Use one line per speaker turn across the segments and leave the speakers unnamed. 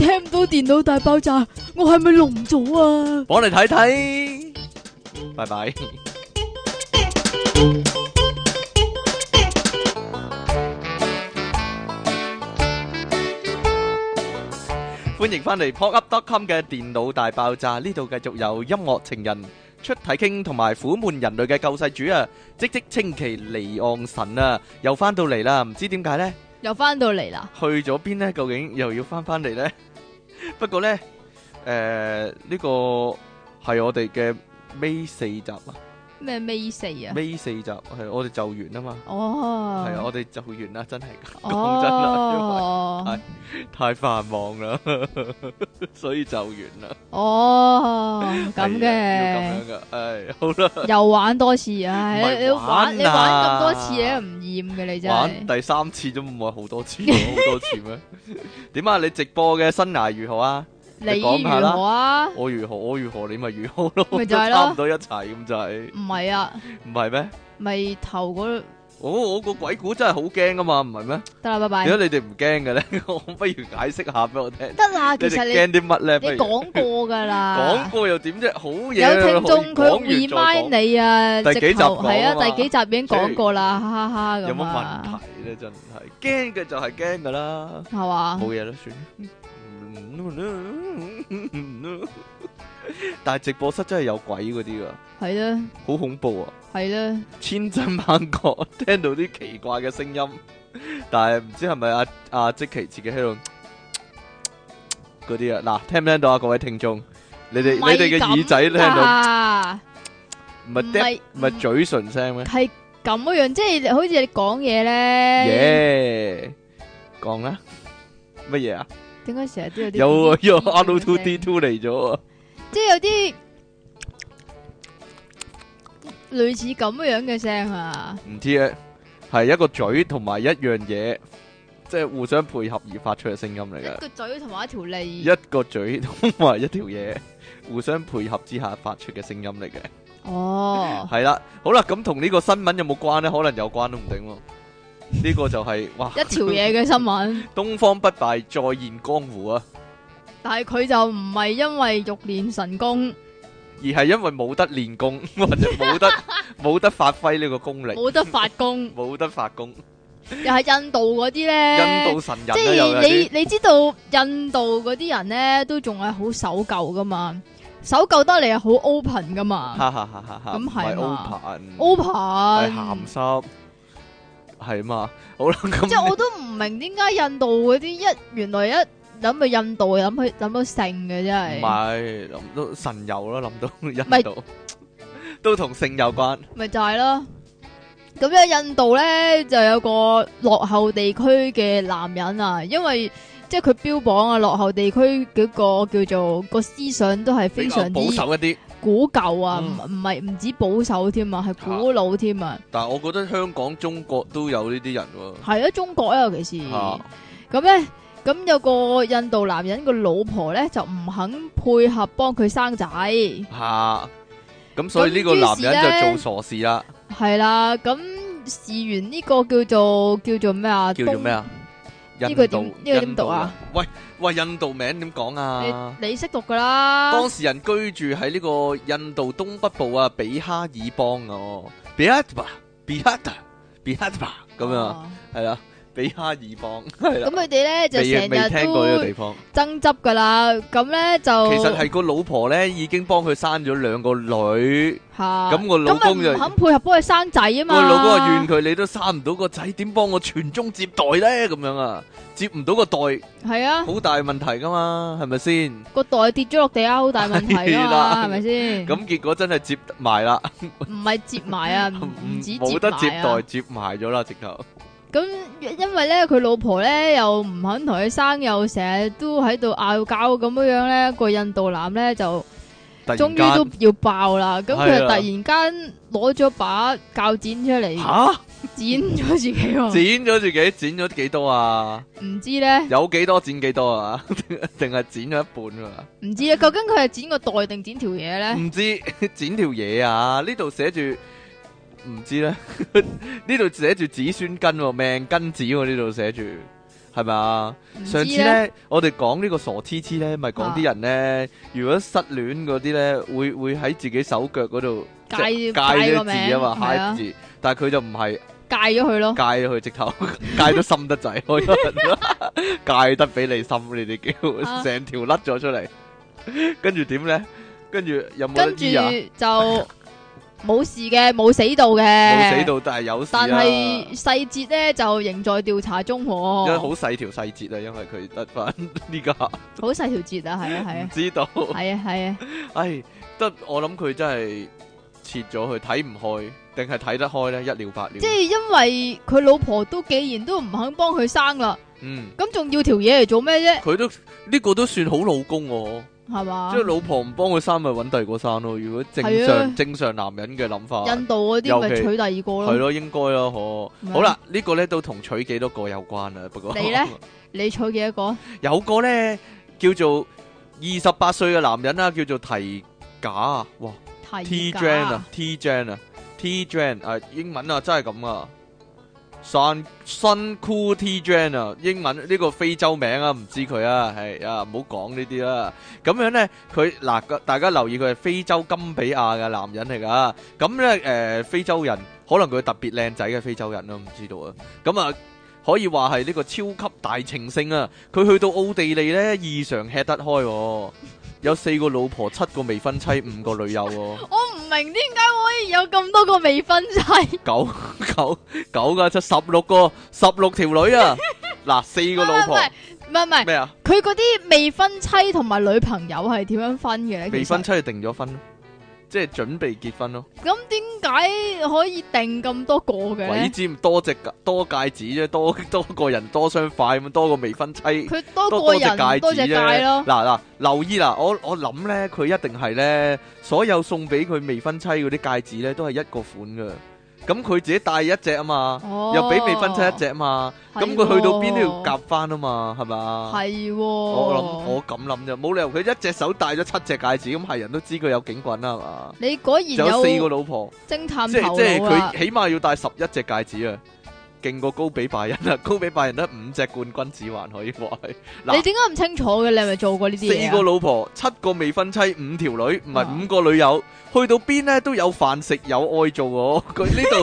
電腦大爆炸，我係咪聾咗啊？
我嚟睇睇，拜拜。歡迎翻嚟 popup.com 嘅電腦大爆炸，呢度繼續有音樂情人出體 king 同埋苦悶人類嘅救世主啊，即即稱其離岸神啊，又翻到嚟啦，唔知點解呢？
又翻到嚟啦，
去咗邊呢？究竟又要翻翻嚟呢？ 不過呢，誒、呃呢、個係我哋嘅尾四集啊，
咩尾四啊？
尾四集係我哋就完啊嘛，係
哦，
啊，我哋就完啦，真係 講真啦，
哦，
因為太繁忙啦， 所以就完啦。
哦，咁
係啊要咁
嘅，
樣噶，唉，好啦，
又玩多次啊！
唔係
你你
玩啊
玩你玩咁多次，你都唔厭嘅你真
玩
係。
第三次都唔係好多次， 好多次咩？點啊？你直播嘅生涯如何啊？
你
你
如
講下啦
何啊？
我如何，我如何，你咪如何咯，
咪就係咯
差唔多一齊咁就係，
唔係啊，
唔係咩？
咪頭嗰
我我個鬼故真係好驚噶嘛，唔係咩？
得啦，拜拜
點。解你哋唔驚 嘅咧？我不如解釋下俾我聽，
得啦，
你
其實
哋
你
驚啲乜咧？不
你
如
講過㗎啦
講。過又點啫？好嘢，
有聽眾佢
可以講完再講
remind 你啊，
第幾
直
集
頭係
講啊嘛
啊，第幾集已經講過啦，哈哈哈
有
咁
乜問
啊，
題咧？真係驚嘅就係驚噶啦，
係嘛
冇？嘢啦， 算啦。但係直播室真係有鬼嗰啲噶，
係啦，
好恐怖啊！
係啦，
千真萬確，聽到啲奇怪嘅聲音，但係唔知係咪阿阿即奇自己喺度嗰啲啊？嗱，聽唔聽到啊？各位聽眾，你哋你哋嘅耳仔聽到，
到
唔
唔
係嗒
係
唔係嘴唇聲咩？
係咁樣，即係好似你講嘢
Dạ.
咧，
耶，講啦，乜嘢啊？
點解成日都有啲
有啊有 R
啲
two D
聲
two 嚟咗啊！
即係有啲類似咁樣嘅聲啊，
唔知啊，係一個嘴同埋一樣嘢，即係互相配合而發出嘅聲音嚟
一。
嘅
個嘴同埋一條脷，
一個嘴 同埋一條嘢互相配合之下發出嘅聲音嚟嘅，
哦，
係啦，好啦，咁同呢個新聞有冇關呢？可能有關都唔定喎。呢個就係、哇，
一條嘢嘅新聞。
東方不敗再現江湖啊，
但係佢就唔係因為欲練神功，
而係因為冇得練功 或者 冇得冇得發揮呢個功力，，
冇得發功
冇得發功。
又係印度嗰啲咧。
印度神人
即
啊，又有
係
啲
你你知道印度嗰啲人咧都仲係好守舊噶嘛，守舊得嚟係好 open 噶嘛
哈哈哈哈
咁
哈，唔
係
係
嘛
open，係鹹
，open。
濕，係嘛？好啦，咁
即係我都唔明點解印度嗰啲一原來一諗去印度就諗去諗到性嘅真係，
唔係諗到神遊咯，諗到
咪
印度 都同性有關，
咪就係咯。咁咧，印度咧就有個落後地區嘅男人啊，因為即係佢標榜啊，落後地區嗰個叫做個思想都係非
比較
常之
保守一啲。
古舊啊，唔
嗯
唔係唔止保守添啊，係古老添啊，
但係我覺得香港、中國都有呢啲人喎。
係啊，中國啊，尤其是
嚇
咁咧，咁有個印度男人個老婆咧就唔肯配合幫佢生仔，
嚇，咁所以呢個男
咁於
人
是
就做傻事啦，
係啦，咁事完呢個叫做叫做咩啊？
叫做咩啊？
呢
印
個
度
點呢個點讀啊？
印度人喂喂，印度名點講
東？
啊？
你你識讀噶啦，
當事人居住喺呢個印度東北部啊，比哈爾邦哦，比哈達、比哈達、比哈達咁樣，啊
哦。
係啦，比哈爾邦係
咁佢
啦，
哋咧就
未
成
未
日
聽過呢個
都
地方。
爭執噶啦，咁咧就
其實係個老婆咧已經幫佢生咗兩個女，
吓
咁個老
咁咪
公就
唔肯配合幫佢生仔啊
個
嘛，
老公話怨佢，你都生唔到個仔，點幫我傳宗接代咧？咁樣啊，接唔到個代，
係啊。
好大問題噶嘛，係咪先？
個袋跌咗落地啊，好大問題啊嘛，係咪先？
咁結果真係接埋啦，
唔係接埋 啊，唔唔止
冇得接
接埋啊
代，。接埋咗啦，直頭
咁因為咧，佢老婆咧又唔肯同佢生，又成日都喺度拗交咁樣樣咧，個印度男咧就
突然
終於都
間
要爆啦。咁佢就
係
突
啦
然間攞咗把鉸剪出嚟
吓
剪咗自己喎，
剪咗自己，剪咗幾多啊？
唔知咧，
有幾多剪幾多啊？ 定係剪咗一半啊？
唔知咧，究竟佢係剪個袋定剪條嘢咧？
唔知 剪條嘢啊？呢度寫住 唔知咧，呢度寫住子孫根喎，命根子喎，呢度寫住係咪啊？
唔
上次
知呢，
咧，我哋講呢個傻痴痴咧，咪講啲人咧，如果失戀嗰啲咧，會會喺自己手腳嗰度
戒
即係
戒
戒
個
咗字
名
啊
係啊
嘛，戒字，但係佢就唔係
戒咗佢咯，
戒咗佢直頭， 戒得深得滯，可以話 戒得比你深，你哋叫
啊
成條甩咗出嚟，跟住點咧？跟住有冇得
跟住
醫啊？
就 冇事嘅，冇死到嘅，
冇死，到，但係有事
但
啊！
係哦細節咧就仍在調查中
因為
喎，
好細條細節啊，因為佢得翻 呢個
好細條節啊，係啊係
唔
啊
知道。
係啊係啊，
唉，得我諗佢真係切咗佢睇唔開，定係睇得開咧？一了百了。
即係因為佢老婆都既然都唔肯幫佢生啦，
嗯，
咁仲要條嘢嚟做咩啫？
佢都呢個都算好老公喎，
係嘛
即係？老婆唔幫佢生咪揾第二個生咯。如果正
啊係啊
常正常男人嘅諗法，
印度嗰啲咪
啊尤其
娶第二個
係
咯，
咯，應該咯，嗬
咪
好啦，呢個咧都同娶幾多個有關啦。不過
你 呢你娶幾多個？
有個咧叫做二十八歲嘅男人啊啦，叫做提架啊，哇！T
提
Jan 啊，T Jan 啊，T Jan 啊，英文啊，真係咁啊。Sun Sun Cool T Jan 啊，英文呢、個非洲名啊，唔知佢啊，係啊，唔好講呢啲啦。咁樣呢，佢嗱，個大家留意佢係非洲金比亞嘅男人嚟噶。咁呢，誒、非洲人可能佢特別靚仔嘅非洲人啦，唔知道啊。咁啊，可以話係呢個超級大情聖啊。佢去到奧地利呢，異常吃得開、喎，有四個老婆、七個未婚妻、五個女友、喎。
我唔明點解可以有咁多個未婚妻，
九九九噶，即十六個十六條女啊！嗱，四個老婆
喂唔係唔係，
咩啊？
佢嗰啲未婚妻同埋女朋友係點樣分嘅咧？
未
其實
婚妻就定咗婚咯，即係準備結婚咯。
咁點解可以定咁多個嘅
鬼
咧？
知唔多隻戒多戒指啫，多多個人多雙筷咁，多個未婚妻，
佢多
多
個
隻
人多隻
戒指
戒
啫。嗱
咯，
嗱，留意啦，我我諗咧，佢一定係咧，所有送俾佢未婚妻嗰啲戒指咧，都係一個款噶。咁佢自己戴一隻啊嘛，
哦
又俾未婚妻一隻啊嘛，咁佢去到邊都要夾翻啊嘛，係咪啊？
係喎，
我諗我咁諗啫，冇理由佢一隻手戴咗七隻戒指，咁係人都知佢有警棍啊啦，係嘛？
你果然
就有四個
有
老婆，
偵探
即
頭
係即係
腦啊啦
佢，起碼要戴十一隻戒指啊，勁過高比拜仁啊！高比拜仁得五隻冠軍指環可以話係。嗱
你點解咁清楚嘅？你係咪做過呢啲
四個
嘢啊？
老婆，七個未婚妻，五條女，唔
啊
係五個女友，去到邊呢都有飯食有愛做喎。 佢呢 度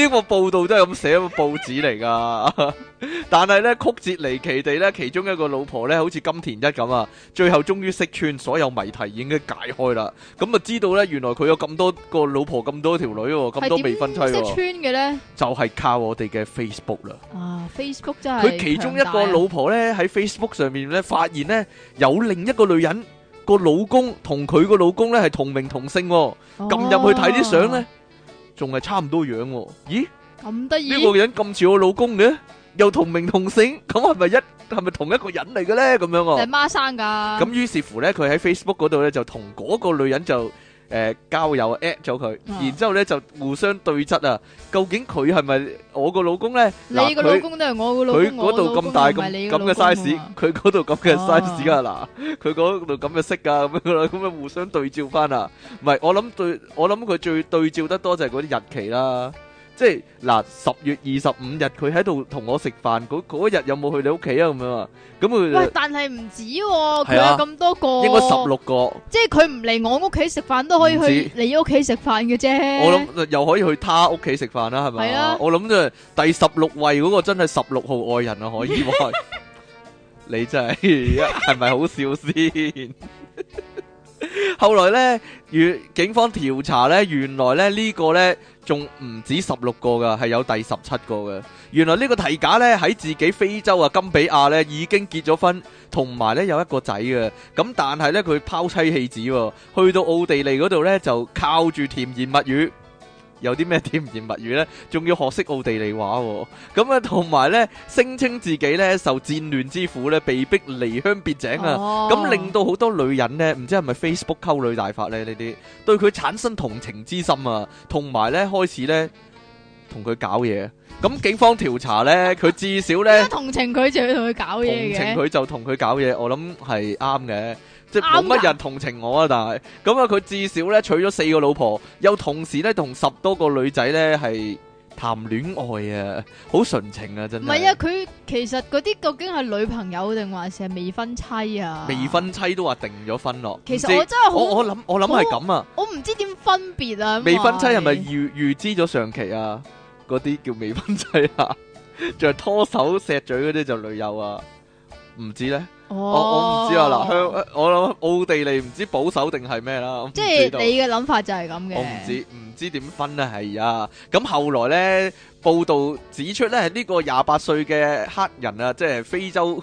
呢個報道都係咁寫，個報紙嚟噶。 但係呢，曲折離奇地呢，其中一個老婆呢好似金田一咁啊，最後終於識穿所有謎題已經解開啦。咁啊知道呢，原來佢有咁多個老婆，咁多條女喎，咁
係
多
點
未婚妻
識穿
喎，
嘅咧？
就係靠我哋嘅 Facebook 啦。
啊，Facebook 真係啊
佢其中一個老婆咧喺 Facebook 上面咧發現咧有另一個女人個老公同佢個老公咧係同名同姓喎，撳入去睇啲相咧，仲係差唔多樣喎。咦？
哦，咁得意
呢個人咁似我老公嘅，又同名同姓，咁係咪一係咪同一個人嚟嘅咧？咁樣
係
喎。
孖生㗎，
咁於是乎咧，佢喺 Facebook 嗰度咧就同嗰個女人就誒交友 at 咗佢，
啊
然之後咧就互相對質啊，究竟佢係咪我個老公咧？嗱
你個
佢
老公都係我個老公，
佢嗰度咁大咁咁嘅
啊
size，佢嗰度咁嘅
哦
size 噶嗱，佢嗰度咁嘅色噶咁樣啦，咁樣互相對照翻啦。唔係，我諗對，我諗佢最對照得多就係嗰啲日期啦。即係嗱，十月二十五日佢喺度同我食飯，嗰嗰日有冇去你屋企啊？咁樣啊，咁佢
喂，
就
但係唔止喎，佢
係啊
有咁多個，
應該十，六個，我
即係佢唔嚟我屋企食飯都可以
唔
去你屋企食飯嘅啫。
諗又可以去他屋企食飯啦，係
係
咪啊
啊？
我諗就第十六位嗰個真係十六號愛人啊，可 以話你真係係咪好笑先？後來呢，越警方調查呢，原來咧呢、呢個呢仲唔止十六個噶，係有第十七個嘅。原來呢個提架呢，喺自己非洲啊金比亞呢已經結咗婚，同埋呢有一個仔嘅。咁但係呢，佢拋妻棄子喎，去到奧地利嗰度呢，就靠住甜言蜜語。 有啲咩甜言蜜語呢？仲要學識奧地利話喎。咁啊，同埋呢，聲稱自己呢受戰亂之苦呢，被逼離鄉別井啊。
哦
咁令到好多女人呢，唔知係咪 Facebook 溝女大法呢？呢啲對佢產生同情之心啊，同埋呢開始呢，同佢搞嘢。咁警方調查呢，佢至少
點解
呢，
同情佢就要同佢搞
同
嘢
情
嘅，
佢就同佢搞嘢，我諗係啱嘅，即係
啱㗎
冇乜人同情我啊。但係咁啊，佢至少呢，娶咗四個老婆，又同時呢，同十多個女仔呢係談戀愛啊，好純情啊，真
唔
係。
係啊，佢其實嗰啲究竟係女朋友定還是係未婚妻啊？
未，婚妻都話定咗婚咯。
其實
唔知
我真係好
我我諗我諗係咁啊，
我唔知點分別啊。因為
未婚妻係咪預預知咗上期啊？嗰啲叫未婚妻啊， 仲係拖手錫嘴嗰啲就女友啊，唔知咧。
哦，
我我唔知啊，嗱香我諗奧地利唔知保守定係咩啦，我唔
即
知道
係你嘅諗法就係咁嘅。
我唔知唔知點分啊，係啊。咁後來呢，報道指出呢，呢個廿八歲嘅黑人啊，即係非洲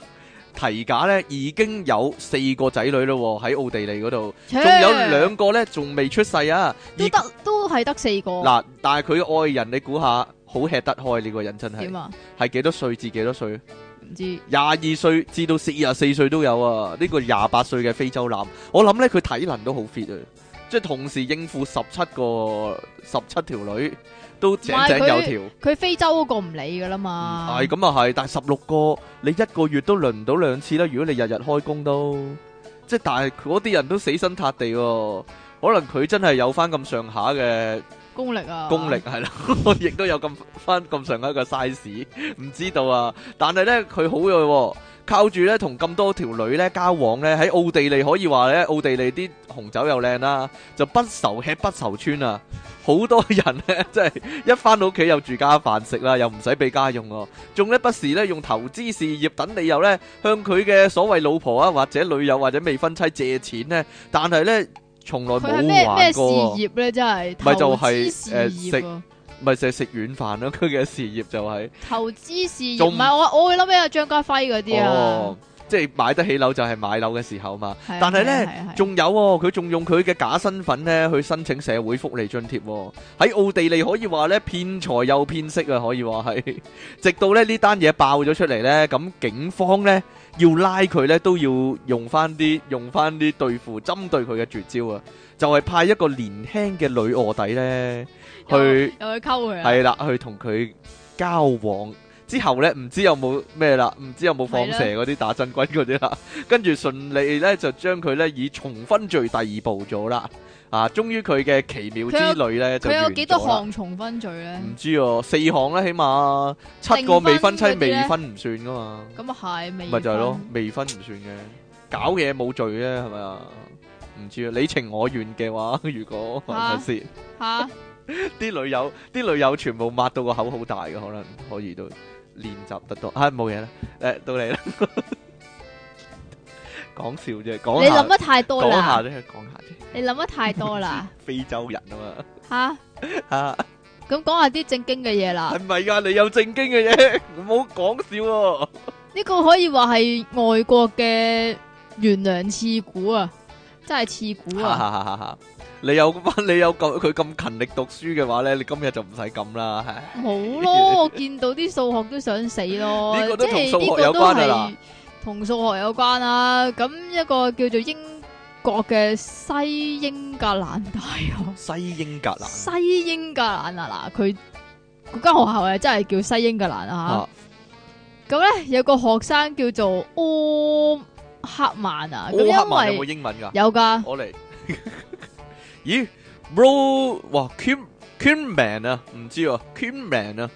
提架呢，已經有四個仔女咯喎，喺奧地利嗰度，
切，
仲有兩個呢，仲未出世啊。
都
而
得，都係得四個。
嗱，但係佢嘅愛人，你估下，好吃得開呢個人真係
點，啊？
係幾多歲至幾多歲？
唔知
廿二歲至到四十四歲都有啊！呢、個廿八歲嘅非洲男，我諗呢，佢體能都好 fit 啊，即係同時應付十七個十七條女都井井有條。
佢非洲嗰個唔理噶啦嘛。嗯
係咁啊係，但係十六個你一個月都輪唔到兩次啦。如果你日日開工都，即係但係嗰啲人都死心塌地喎、可能佢真係有翻咁上下嘅
功力啊，
功力係啦，亦都有咁翻咁上下嘅 size，唔知道啊。但係呢，佢好嘅喎，靠住呢同咁多條女呢交往呢，喺奧地利可以話呢，奧地利啲紅酒又靚啦，就不愁吃不愁穿啊！好多人呢， 即係一翻到屋企又住家飯食啦，又唔使俾家用喎，仲呢不時呢用投資事業等理由呢，向佢嘅所謂老婆啊，或者女友或者未婚妻借錢呢。但係呢，從來
佢係咩
冇
咩
還
事
過喎。
業咧？真係
咪就係
投資事業啊，
咪就係食軟飯咯，佢嘅事業就係、
投資事業
仲
唔係我我會諗起阿張家輝嗰啲啊
哦。，即係買得起樓就係買樓嘅時候嘛。
係啊
但係呢，
係啊係啊
仲有喎、佢仲用佢嘅假身份呢去申請社會福利津貼喎、喺奧地利可以話呢，騙財又騙色啊，可以話係。 直到咧呢單嘢爆咗出嚟呢，咁警方呢要拉佢呢，都要用翻啲用翻啲對付針對佢嘅絕招啊，就係、派一個年輕嘅女卧底呢去。
又去溝佢啊，
系啦，去同佢交往之後呢，唔知有冇咩啦，唔知有冇放
係啦
蛇嗰啲打真軍嗰啲啦， 跟住順利呢，就將佢呢以重婚罪第二步咗啦，啊，終於佢嘅奇妙之旅呢，就
佢有
幾
幾多項重婚罪咧？
唔知哦，四項啦，起碼七
訂
個
婚
未婚妻
嗰啲呢
未婚唔算噶嘛，
咁啊係，未
咪就係咯
婚，
未婚唔算嘅，搞嘢冇罪咧，係咪啊？唔知啊，你情我願嘅話，如果係咪
啊
先？
吓，
啲女友啲女友全部抹到個口好大嘅，可能可以都練習得到。啊，冇嘢啦，誒、到你啦， 講笑啫，講
你
下
諗得太多
講
啦，
下啫，講下啫，
你諗得太多 啦，
非洲人啊
吓，
嘛，啊，
咁講下啲正經嘅嘢啦
係。咪噶？你有正經嘅嘢，唔好講笑喎、
呢個可以話係外國嘅懸梁刺股啊，真係刺股
哈
啊！
哈哈哈！你有 咁你有咁佢咁勤力讀書嘅話咧，你今日就唔使咁啦，唉
冇 咯，我見到啲數學都想死咯，
呢個都
即
同
係
數學
呢個
有
都
關啊
係同數學有關啦。咁一個叫做英國嘅西英格蘭大學，
西英格蘭
西英格蘭啊嗱，佢嗰間學校啊真係叫西英格蘭啊
啊，
咁咧有個學生叫做柯克曼啊，咁
奧克曼有
因
冇
為
英文㗎？
有噶。
我嚟。咦，Bro，哇，Kim Kimman 啊，唔知啊，Kimman 啊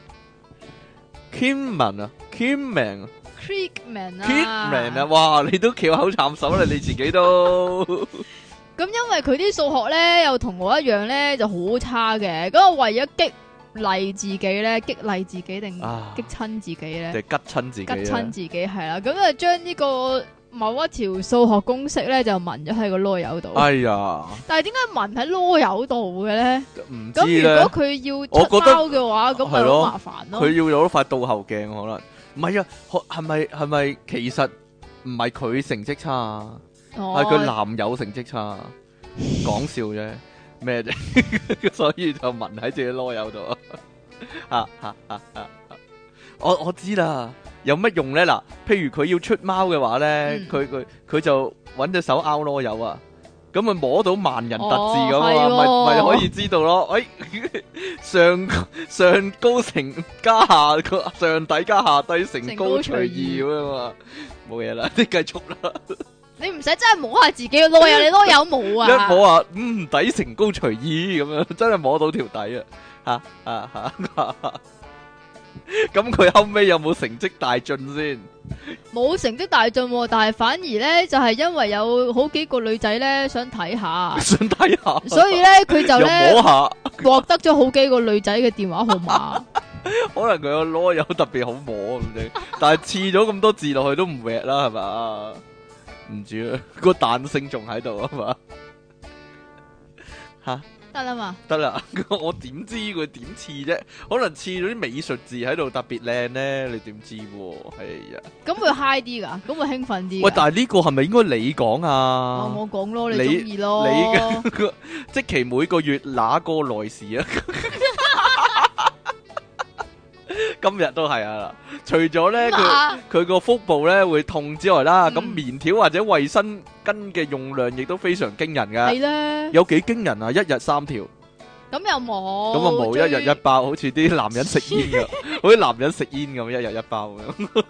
，Kimman 啊，Kimman 啊
Creekman 啊
，Kimman 啊，哇，你都翹口探手啦，你自己 都
咁因為佢啲數學咧又同我一樣咧就好差嘅，咁我為咗激勵自己咧，激勵自己定
啊
激，親自己咧，
就吉親自
激
己
親
啊，
自己係啦，咁就將呢個某一條數學公式咧就紋咗喺個囉柚度。
哎呀，
但係點解紋喺囉柚度嘅咧？
唔知
咁如
咧
果，佢要
我覺
出
得
貓嘅話，咁
係
咪
咯
好麻煩咯
佢。要有一塊倒後鏡可能，唔係啊，可係咪係咪其實唔係佢成績差啊？
哦
係佢男友成績差，講笑啫，咩啫？ 所以就紋喺自己啰柚度 啊！啊啊啊啊我我知啦，有乜用咧？嗱，譬如佢要出貓嘅話咧
嗯，
佢佢佢就揾隻手拗啰柚啊，咁咪摸到萬人特字咁
哦
啊，咪
係喎
咪可以知道咯。哎， 上上高成加下上底加下低成
成
高
高
除二
隨意
咁啊嘛，冇嘢啦，你繼續啦。
你唔使真係摸下自己嘅啰柚，你啰柚冇啊？
一摸啊，嗯，底成高隨意咁樣， 真係摸到條底啊！吓啊 吓！嚇咁佢後尾有冇成績大進 先？，
冇成績大進喎，但係反而咧就係因為有好幾個女仔咧想睇下
想睇下，
所以咧佢就
又
咧
摸啊下，
獲得咗好幾個女仔嘅電話號 碼。
可能佢個啰柚特別好摸咁啫。但係刺咗咁多字落去都唔搲啦，係嘛？唔知啊， 個彈性仲喺度啊嘛。
得啦嘛，
得啦， 我點知佢點刺啫？可能刺咗啲美術字喺度特別靚咧，你點知喎？係啊，
咁會 high 啲㗎，咁會興奮啲㗎。
喂，但係呢個係咪應該你講啊？
哦我講咯，你
你
中意咯，
你即期每個月哪個來時啊？ 今日都係啊！除咗咧 佢
啊
佢個腹部咧會痛之外啦，咁、
嗯
棉條或者衛生巾嘅用量亦都非常驚人噶。
係咧，
有幾驚人啊！一日三條，
咁又冇，
咁啊冇
最
一日一包，好似啲男人食 煙噶，好似男人食煙咁，一日一包咁樣。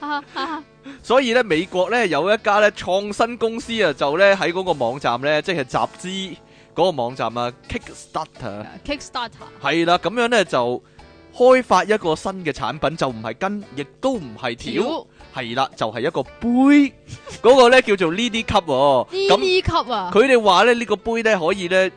哈哈哈
所以咧，美國咧有一家咧創新公司啊，就咧喺嗰個網站咧，即係集資嗰個網站啊，Kickstarter
哈 Kickstarter
係啦，咁樣咧就開發一個新嘅產品，就唔係根，亦都唔係條，
條
係啦，就係、一個杯，嗰個咧叫做呢啲 cup 喎。
呢
咁
呢級啊，
佢哋話咧呢、個杯咧可以咧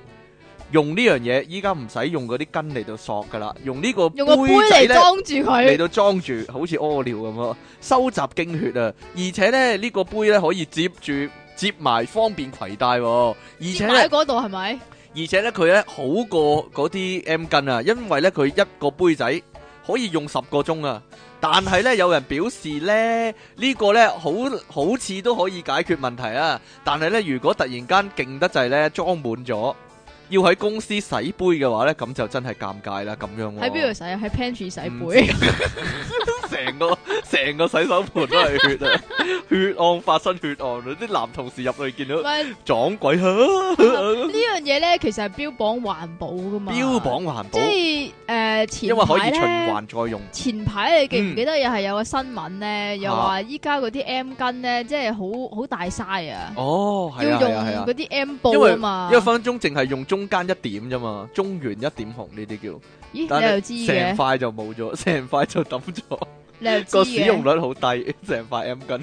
用呢樣嘢，依家唔使用嗰啲根嚟到索噶啦，用呢個
用個杯
仔
嚟
咧。
裝住
嚟
佢，
到裝住，好似屙尿咁咯，收集經血啊！而且咧，呢、個杯咧可以接住接埋，方便攜帶、喎。而且
接
咧
埋喺，嗰度係咪？
而且咧，佢咧好過嗰啲 M 巾啊，因為咧佢一個杯仔可以用十個鐘啊。但係咧，有人表示咧，呢個咧好好似都可以解決問題啊。但係咧，如果突然間勁得滯咧，裝滿咗，要喺公司洗杯嘅話咧，咁就真係尷尬啦。咁樣喎
喺邊度洗啊？喺 pantry 洗
唔
杯。
成個成個洗手盆都係血啊！血案發生血案啊！啲男同事入去見到
喂
撞鬼嚇，
呢樣嘢咧，其實係標榜環保噶嘛。
標榜環
即，
保
係诶前
因為可以
排
循
咧，
環再用。
前排你記
嗯
唔記得又係有個新聞咧，又
啊
話依家嗰啲 M 巾咧，即係好好大嘥啊，
哦，
要
係啊，
用
係啊，係啊
嗰，啲 M
因
布
為
啊嘛
因。為分分鐘淨係用中間一點啫嘛，中原一點紅呢啲叫，
咦，你
但
又知
係成
嘅，
塊就冇 咗，成塊就抌咗，
你又知
個使用
嘅，
率好 低，成塊 M 巾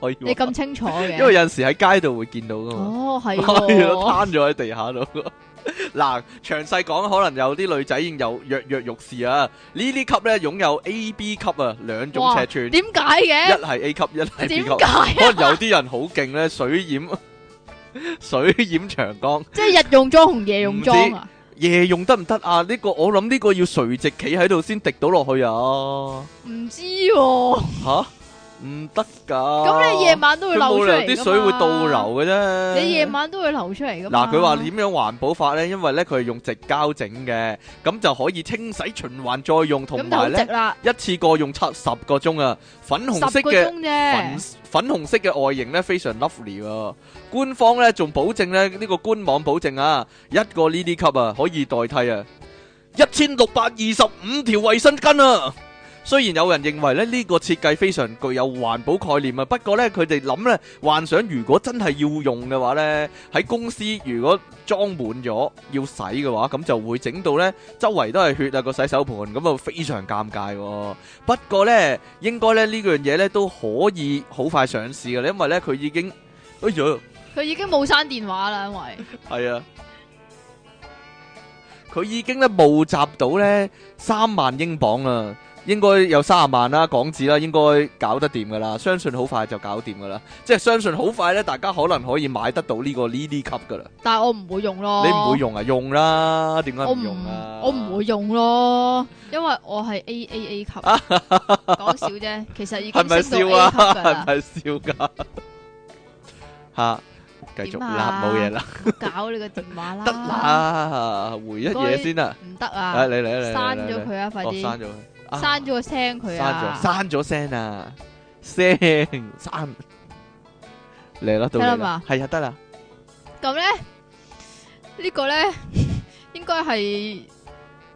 可以話。
你咁清楚嘅。
因為有陣時喺街度會見到噶嘛。
哦係
係咯，
喎，
攤咗喺地下度。 嗱，詳細講，可能有啲女仔已經有躍躍欲試啊！呢啲級咧擁有 A、B 級啊兩種尺寸，
點解
一
嘅？
係 A 級，一係 B
點
級。
解？
可能有啲人好勁咧，水淹 水淹長江，
即係日用裝同夜用裝啊？
夜用得唔得啊？呢、個我諗呢個要垂直企喺度先滴到落去啊！
唔知喎，
吓、唔得㗎。
咁你夜晚都會
佢
流
冇
出
理由
嚟㗎
啲水會倒
嘛
流嘅啫。
你夜晚都會流出嚟噶嘛？
嗱，佢話點樣環保法呢？因為呢，佢係用直膠整嘅，咁就可以清洗循環再用，同
咁就好
埋呢
值啦，
一次過用七十個鐘啊！粉紅色
十個
嘅
鐘
粉
啫，
粉紅色嘅外形呢，非常 lovely 喎。官方呢，仲保證呢，呢、個官網保證啊，一個呢啲級啊可以代替啊一千六百二十五條衛生巾啊！雖然有人認為咧呢、個設計非常具有環保概念啊，不過呢，佢哋諗呢，幻想如果真係要用嘅話呢，喺公司如果裝滿咗要洗嘅話，咁就會整到呢周圍都係血啊個洗手盆，咁啊非常尷尬、喎。不過呢，應該咧呢樣嘢呢都可以好快上市嘅，因為呢，佢已經，哎呀，
佢已經冇刪電話啦，因為
係啊，佢已經呢募集到呢三萬英鎊啦。應該有三十萬啦，港紙啦，應該搞得掂噶啦，相信好快就搞掂噶啦，即係相信好快呢，大家可能可以買得到呢、個呢啲級噶啦。
但係我唔會用咯，
你唔會，用啊？用啦，點解
我
唔用啊？
唔我唔會用咯，因為我係 A A A 級， 講笑啫，其實已
係
經
咪
升到
笑
A
啊？
級噶啦，
係 咪笑噶？吓，繼續
點啊
啦，冇嘢啦，
唔好搞你個電話啦，
得，啦，回一嘢先啦。
唔得
啊，
啊，
你嚟嚟嚟，
刪
嚟
咗
嚟
佢啊，快
哦，刪
啲，
咗佢，
刪咗個聲佢啊，
刪咗，刪咗聲啊，聲刪嚟啦，到
得啦
你啦
嘛，
係啊，得啦，
咁咧呢個咧應該係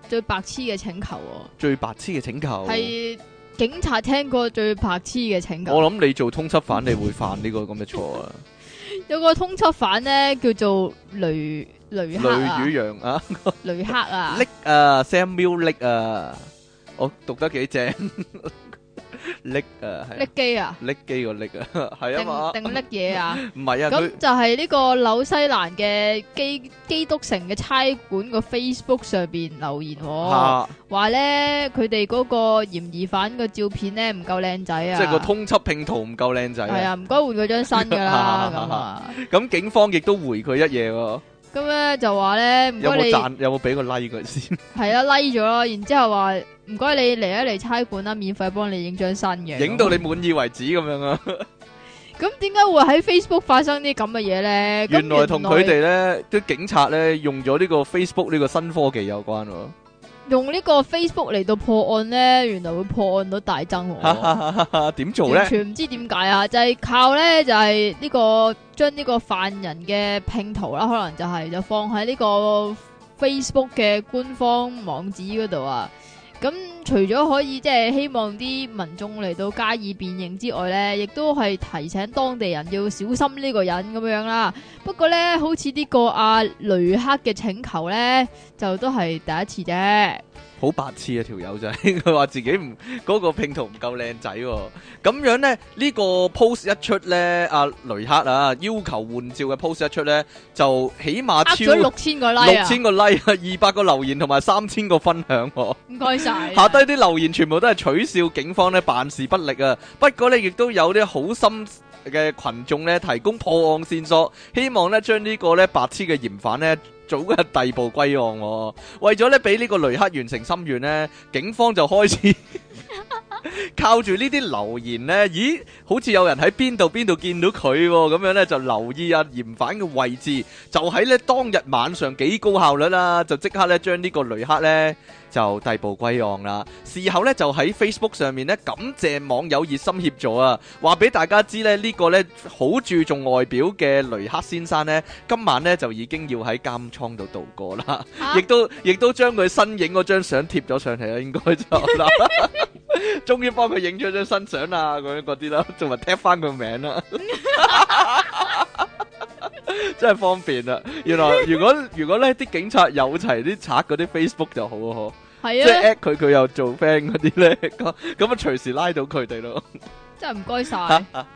最白痴嘅請求喎。
最白痴嘅請求
系警察聽過最白痴嘅請求。
我諗你做通緝犯，你會犯呢個咁嘅錯 啊！
有個通緝犯咧叫做雷雷克啊
雷，宇陽啊，
雷克啊，
力啊，Samuel 力啊，我讀得幾正， 力啊，係
拎機啊，
力機個力啊，係啊
定
嘛，
定拎嘢啊。
唔係啊，
咁
佢
就係呢個紐西蘭嘅基基督城嘅差館個 Facebook 上邊留言喎，
嚇，
話咧佢哋嗰個嫌疑犯個照片咧唔夠靚仔
即
啊，
係個通緝拼圖唔夠靚仔
係
啊！
啊，唔該換嗰張新噶 啦咁啊，
咁警方亦都回佢一嘢喎，
咁咧就話咧唔
有
該
冇
你
讚？有冇俾個 like 佢先？
係啊 like 咗咯，然之後話唔該你嚟一嚟差館啦，免費幫你影張新嘅，
影到你滿意為止咁樣啊！
咁點解會喺 Facebook 發生啲咁嘅嘢咧？咁
原來同佢哋咧，啲警察咧用咗呢個 Facebook 呢個新科技有關喎。
用呢個 Facebook 嚟到破案咧，原來會破案率大增喎。
啊點做咧
完？全唔知點解啊！就係、靠咧，就係、呢、個將呢個犯人嘅拼圖啦，可能就係、就放喺呢個 Facebook 嘅官方網址嗰度啊。咁除咗可以即係希望啲民眾嚟到加以辨認之外咧，亦都係提醒當地人要小心呢個人咁樣啦。不過咧，好似呢個阿、雷克嘅請求咧，就都係第一次啫。
好白痴啊！條友仔， 佢話自己唔嗰個拼圖唔夠靚仔喎。咁樣呢，呢個 post 一出呢，阿雷克啊，要求換照嘅 post 一出呢，就起碼
呃
超
咗六千個 like
六
啊！
千個 like 啊，二百個留言同埋三千個分享喎。
唔該晒。
下低啲留言全部都係取笑警方咧辦事不力啊！不過咧，亦都有啲好心嘅群眾咧提供破案線索，希望咧將呢個咧白痴嘅嫌犯咧。早日逮捕歸案喎、為咗咧俾呢個雷克完成心願呢，警方就開始靠住呢啲留言呢，咦，好似有人喺邊度邊度見到佢喎、咁樣呢，就留意啊嫌犯嘅位置，就喺咧當日晚上幾高效率啦、就即刻咧將呢個雷克呢。就逮捕歸案啦。事後呢，就喺 Facebook 上面呢，感謝網友熱心協助啊，話俾大家知呢，呢、個呢好注重外表嘅雷克先生呢，今晚呢就已經要喺監倉度度過啦，
啊
亦都亦都將佢新影嗰張相貼咗上嚟啦，應該就啦， 終於幫佢影咗張新相啦，咁樣嗰啲啦，仲埋踢翻佢名啦。 真係方便啦！原來如果如果咧啲警察有齊啲賊嗰啲 Facebook 就好啊，嗬。
係
即係
啊。
at 佢，佢又做 friend 嗰啲咧， 咁咁啊隨時拉到佢哋咯。
真系唔該晒。呢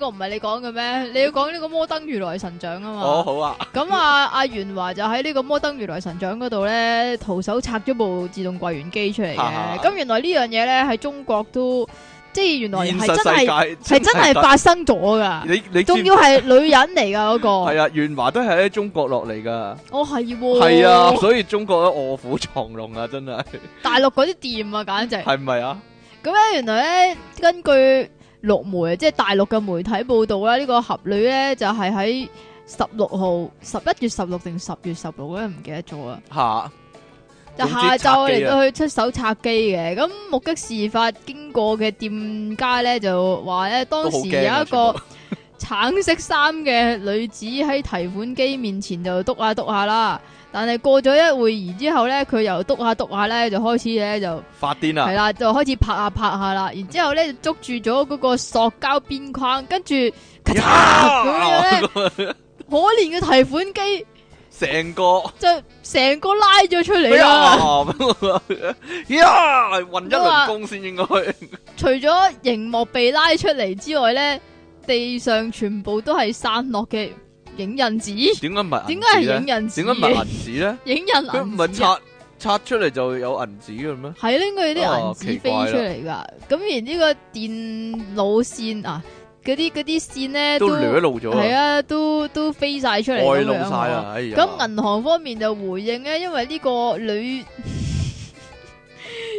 個唔係你講嘅咩？你要講呢個摩登如來神掌啊
哦，
嘛。
好啊，
咁啊，阿袁華就喺呢個摩登如來神掌嗰度咧，徒手拆咗部自動櫃員機出嚟
啊
嘅。咁原來呢樣嘢咧喺中國都，即係原來
現
係
實
真係
世界
係真係發生咗噶，
你你
仲要係女人嚟噶嗰個。
係啊？元華都係喺中國落嚟噶，
哦係喎。
係啊，，所以中國咧卧虎藏龍啊，真係
大陸嗰啲店啊，簡直。
係咪啊？
咁咧，原來咧，根據陸媒，即係大陸嘅媒體報道啦，呢、個俠女咧就係喺十六號，十一月十六定十月十六咧，唔記得咗啊，
吓，
就
總之
下晝嚟
拆機啊
到去出手拆機嘅。咁目擊事發經過嘅店家咧就話咧，當
都好
時
驚啊
有一個。橙色衫嘅女子喺提款機面前就篤下篤下啦，但係過咗一會兒之後咧，佢又篤下篤下咧，就開始咧就
發癲
系
啊！
啦，就開始拍下拍下啦，然之后咧就捉住咗嗰個塑膠邊框，跟住咔嚓
啊
咁樣咧，
哦
可憐嘅提款機
成個
就成個拉咗出 嚟
哎
啦。
呀，呀，混一輪工先應該
除咗熒幕被拉出嚟之外咧，地上全部都係散落嘅影印紙。
點解唔係
點
銀
解係
紙
影
咧？
印
點解唔係
紙？
銀紙咧？
影印
佢唔
銀
係
紙啊？
拆拆出嚟就有銀紙嘅咩？
係拎佢啲銀
哦
紙
奇
飛
怪啦
出嚟噶。咁而呢個電腦線啊，嗰啲嗰啲線咧
都掠露咗
系啊，都都飞晒出嚟
外
咁
露
樣
晒
喎
啦，哎呀！
咁銀行方面就回應咧，因為呢個女，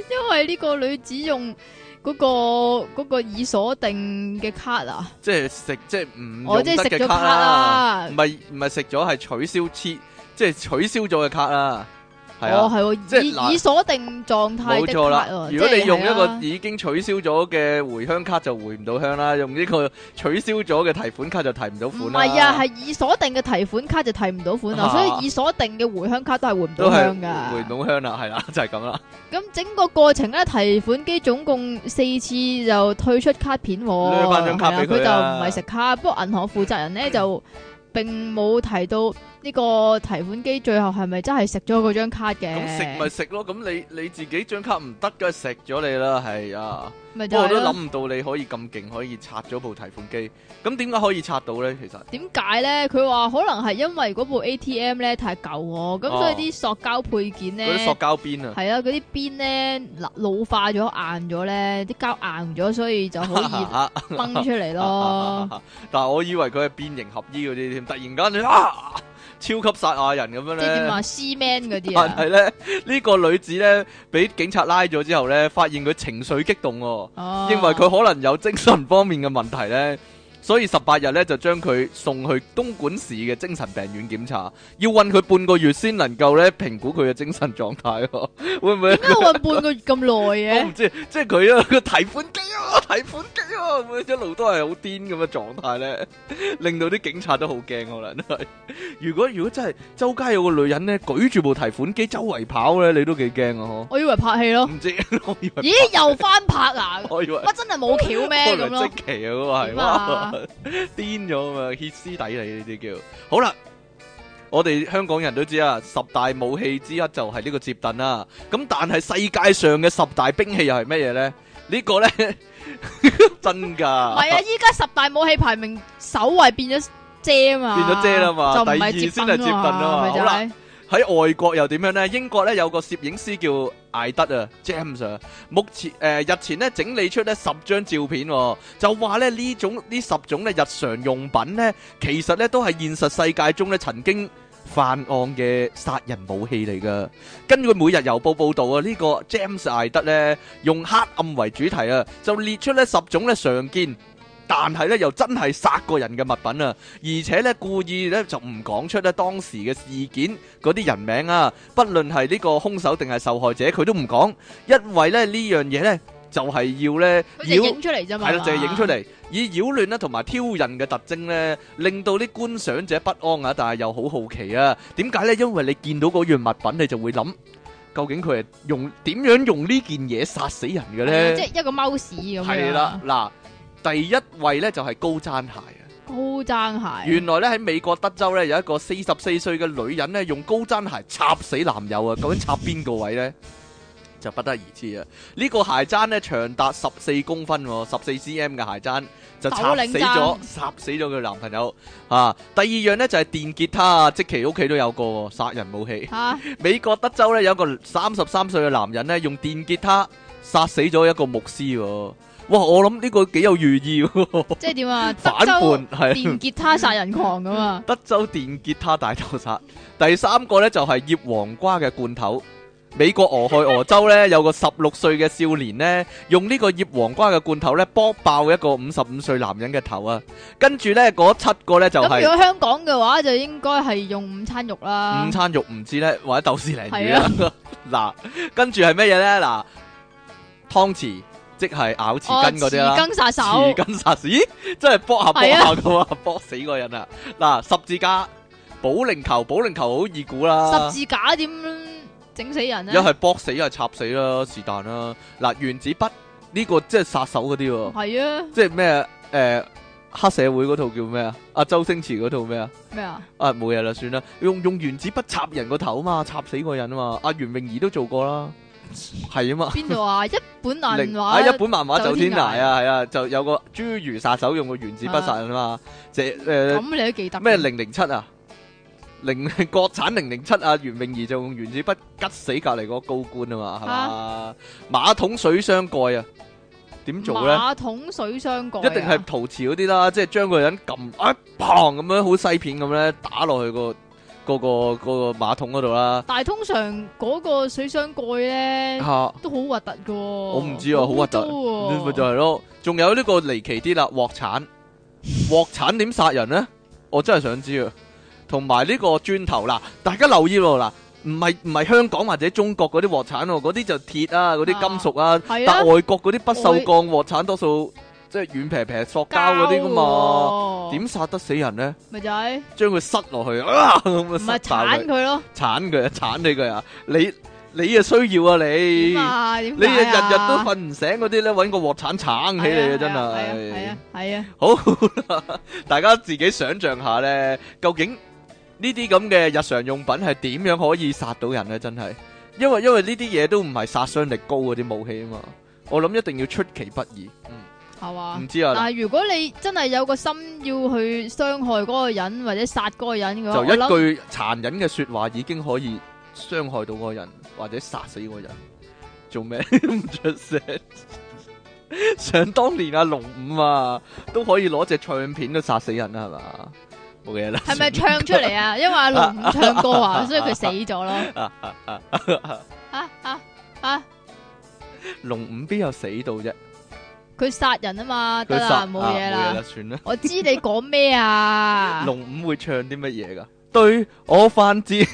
因為呢個女子用嗰、個嗰、個已鎖定嘅卡啊，
即係食即係唔
我
用
即
得
係食
嘅
咗
卡
卡
啊嗯
啊
啦，
啦
唔，係唔係食咗係取消黐，即係取消咗嘅卡啦，係啊。
哦，系
即係
喎，
嗱
以以鎖定狀態
冇
的
錯
卡
啦
喎，即
如果
係
你用一
係
個
啊
已經取消咗嘅回鄉卡就回唔到鄉啦，用呢個 取消咗嘅提款卡就提唔到
唔
款啦。
係啊，係以鎖定嘅提款卡就提唔到款啦，
啊
所以以鎖定嘅回鄉卡都係回唔
都
到
係
鄉噶。
回唔到鄉啦，係啦， 就係咁啦。
咁整個過程咧，提款機總共四次就退出卡片喎，
掠返張卡
係啦
俾佢
佢就唔
啊嗯
係食卡，不過銀行負責人咧就並冇提到呢個提款機最後係咪真係食咗嗰張卡嘅？
咁食咪食咯，咁你你自己張卡唔得嘅食咗你啦，係啊。
咪
不
就
過我
係
都
咯。
諗唔到你可以咁勁，可以拆咗部提款機。咁點解可以拆到咧？其實
點解咧？佢話可能係因為嗰部 ATM 咧太舊喎，咁所以
哦
啲塑膠配件
嗰啲
咧
塑。膠邊啊，
係啊，嗰啲邊咧老老化咗、硬咗咧，啲膠硬咗，所以就可以掹出嚟咯。
但係我以為佢係變形合衣嗰啲添，突然間啊，超級殺亞人咁樣
即係點
咧。
話 C man 嗰啲
但
啊
係？咧，呢個女子咧，俾警察拉咗之後咧，發現佢情緒激動喎，
哦
認為佢可能有精神方面嘅問題咧，所以十八日咧就將佢送去東莞市嘅精神病院檢查，要韞佢半個月先能夠咧評估佢嘅精神狀態喎， 會唔會？
點解運半個月咁
我
耐
唔知，即係佢啊個提款機啊，提款機啊，咁樣一路都係好癲咁嘅狀態咧， 令到啲警察都好驚可能係。如果如果真係周街有個女人咧舉住部提款機周圍跑咧，你都幾驚啊！
嘅？我以為拍戲
嗬，
咯。
唔知我以為
哦咦，又翻拍啊？
我以為
乜真係冇橋 咩咁
梁
咯
即？奇啊，嗰個係
點啊
哇癲咗啊嘛，歇斯底里呢啲叫。好啦，我哋香港人都知啊，十大武器之一就係呢個接凳啦。咁但係世界上嘅十大兵器又係乜嘢咧？呢 個咧真
唔
㗎。
係啊，依家十大武器排名首位變咗遮嘛，
變咗遮啦嘛
就唔係
第二
接
先係接
接
棍啊嘛
咪就
好啦
係
喺外國又點樣呢？英國咧有個攝影師叫艾德啊，James 啊，目前誒、呃日前咧整理出咧十張照片、喎，就話咧呢種呢十種咧日常用品咧，其實咧都係現實世界中咧曾經犯案嘅殺人武器嚟噶。根據《每日郵報》報導啊，呢、個 James 艾德咧用黑暗為主題啊，就列出咧十種咧常見。但係咧，又真係殺過人嘅物品啊！而且咧，故意咧就唔講出咧當時嘅事件嗰啲人名啊，不論係呢個兇手定係受害者，佢都唔講，因為咧呢樣嘢咧就係、要咧
佢就
擾
影出嚟啫嘛。
係啦，就係影出。嚟，以擾亂咧同埋挑釁嘅特徵咧，令到啲觀賞者不安啊，但係又好好奇啊。點解咧？因為你見到嗰樣物品，你就會諗，究竟佢係用點樣用呢件嘢殺死人嘅咧？
即係一個貓屎咁樣。
係啦，嗱，第一位咧就係高踭鞋啊。
高踭鞋。
原來咧喺美國德州咧有一個四十四歲嘅女人咧用高踭鞋插死男友啊，究竟插邊個位呢？就不得而知啊！呢、個鞋踭咧長達十四公分、喎，十四 cm 嘅鞋踭就插死
斗
咗，插死咗佢男朋友啊！第二樣呢，就係、電吉他啊，即其屋企都有個喎殺人武器。
吓，
美國德州咧有一個三十三歲嘅男人咧用電吉他殺死咗一個牧師、喎。哇！我諗呢個幾有寓意喎，
即係點啊？
反
德
叛
州
係啊。
電吉他殺人狂咁 啊！
德州電吉他大屠殺。第三個呢，就係、醃黃瓜嘅罐頭。美國俄亥俄州呢，有個十六歲嘅少年呢，用呢個醃黃瓜嘅罐頭呢，剝爆一個五十五歲男人嘅頭啊！跟住呢，嗰七個呢，就
咁
係、
如果啊香港嘅話，就應該係用午餐肉啦。
午餐肉唔知呢，或者豆豉鯪魚
啊
啦。 嗱，跟住係乜嘢呢？嗱，湯匙即係咬匙
哦
羹嗰啲啦。
匙羹殺手。
匙羹殺死，咦，真係搏下搏
係啊
下噶嘛，搏死個人啊！嗱，十字架、保齡球、保齡球好易估啦
十，字架點整死人
一
咧？
係搏死，一係插死啦，是但啦。嗱，原子筆呢個即係殺手嗰啲喎，
係啊，
即係咩誒黑社會嗰套叫咩啊？阿周星馳嗰套咩啊？
咩啊？
啊冇嘢啦，算啦，用用原子筆插人個頭嘛，插死個人啊嘛，阿袁詠儀都做過啦，係啊嘛。
邊度啊？一本漫
零
畫
喺日啊本漫畫《走
走
天
天
涯》啊，係啊，就有個侏儒殺手用個原子筆殺人啊嘛，即誒
咁你都記得
咩零零七啊，零 國產零零七啊，袁詠儀就用原子筆拮死隔離嗰個高官啊嘛，係嘛？馬桶水箱蓋啊，點做咧？
馬桶水啊箱蓋啊
一定係陶瓷嗰啲啦，即係將個人撳啊砰咁樣，好西片咁咧打落去個個個個馬桶嗰度啦，
但係通常嗰個水箱蓋咧
嚇！
都好核突噶。我
我唔知啊好核突呢咪就係咯，仲有呢個離奇啲啦，鑊鏟，鑊鏟點殺人呢？我真係想知啊！同埋呢個磚頭啦，大家留意喎嗱，唔係唔係香港或者中國嗰啲鑊鏟喎，嗰啲就鐵啊，嗰啲金屬啊，
係啊
但，外國嗰啲不鏽鋼鑊鏟多數即係軟皮皮塑膠嗰啲噶嘛，
膠喎
點殺得死人咧？
咪就係
將佢塞落去啊，咁啊
唔係
塞爆
鏟
佢，
佢咯？
鏟佢啊，鏟你佢啊！你你啊需要啊你
點，啊？點
你啊日日都
瞓
瞓唔醒嗰啲咧，揾個鑊鏟鏟起你啊
係
真係
啊。係啊，
好啦，大家自己想象下呢，究竟呢啲咁嘅日常用品係點樣可以殺到人呢？真係，因為因為呢啲嘢都唔係殺傷力高嗰啲武器啊嘛，我諗一定要出其不意。嗯，
係嘛
唔？知啊，
但係如果你真係有個心要去傷害嗰個人或者殺嗰個人嘅話，
就
我
一
諗
句殘忍嘅說話已經可以傷害到嗰個人，或者殺死嗰個人。做咩 唔出聲？想當年阿龍五啊，都可以攞隻唱片都殺死人啊啦，係嘛？冇嘢啦。
係咪唱出嚟啊？因為阿龍唔唱歌啊，所以佢死咗咯。啊啊啊！
龍五邊有死到啫？
佢殺人啊嘛，得
佢殺
啦，冇嘢
啊冇嘢
啦
啦，。算啦。
我知你講咩啊？
龍五會唱啲乜嘢噶？對我犯賤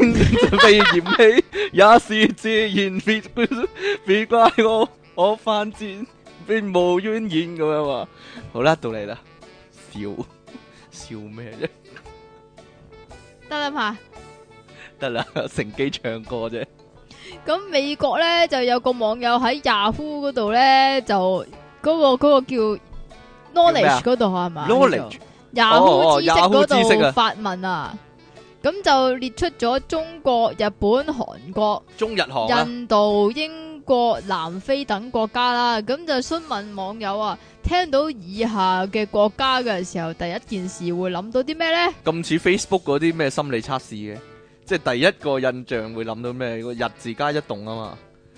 被嫌棄，也是自然，別別怪我，我犯賤並無怨言咁樣話。好啦，到你啦，笑 笑咩啫？
得啦嘛。
得啦， 乘機唱歌啫。
咁美國咧就有個網友喺 Yahoo 嗰度咧就嗰、個嗰、個叫
咩啊
knowledge 嗰度係嘛
Knowledge
Yahoo
哦
知識
Yahoo 知識
嗰度
啊
發文啊，咁就列出咗中國、日本、韓國、
中日韓啊，
印度、英國、南非等國家啦，咁就詢問網友啊，聽到以下嘅國家嘅時候，第一件事會諗到啲咩咧？
咁似 Facebook 嗰啲咩心理測試嘅，即係第一個印象會諗到咩？個日字加一動啊嘛。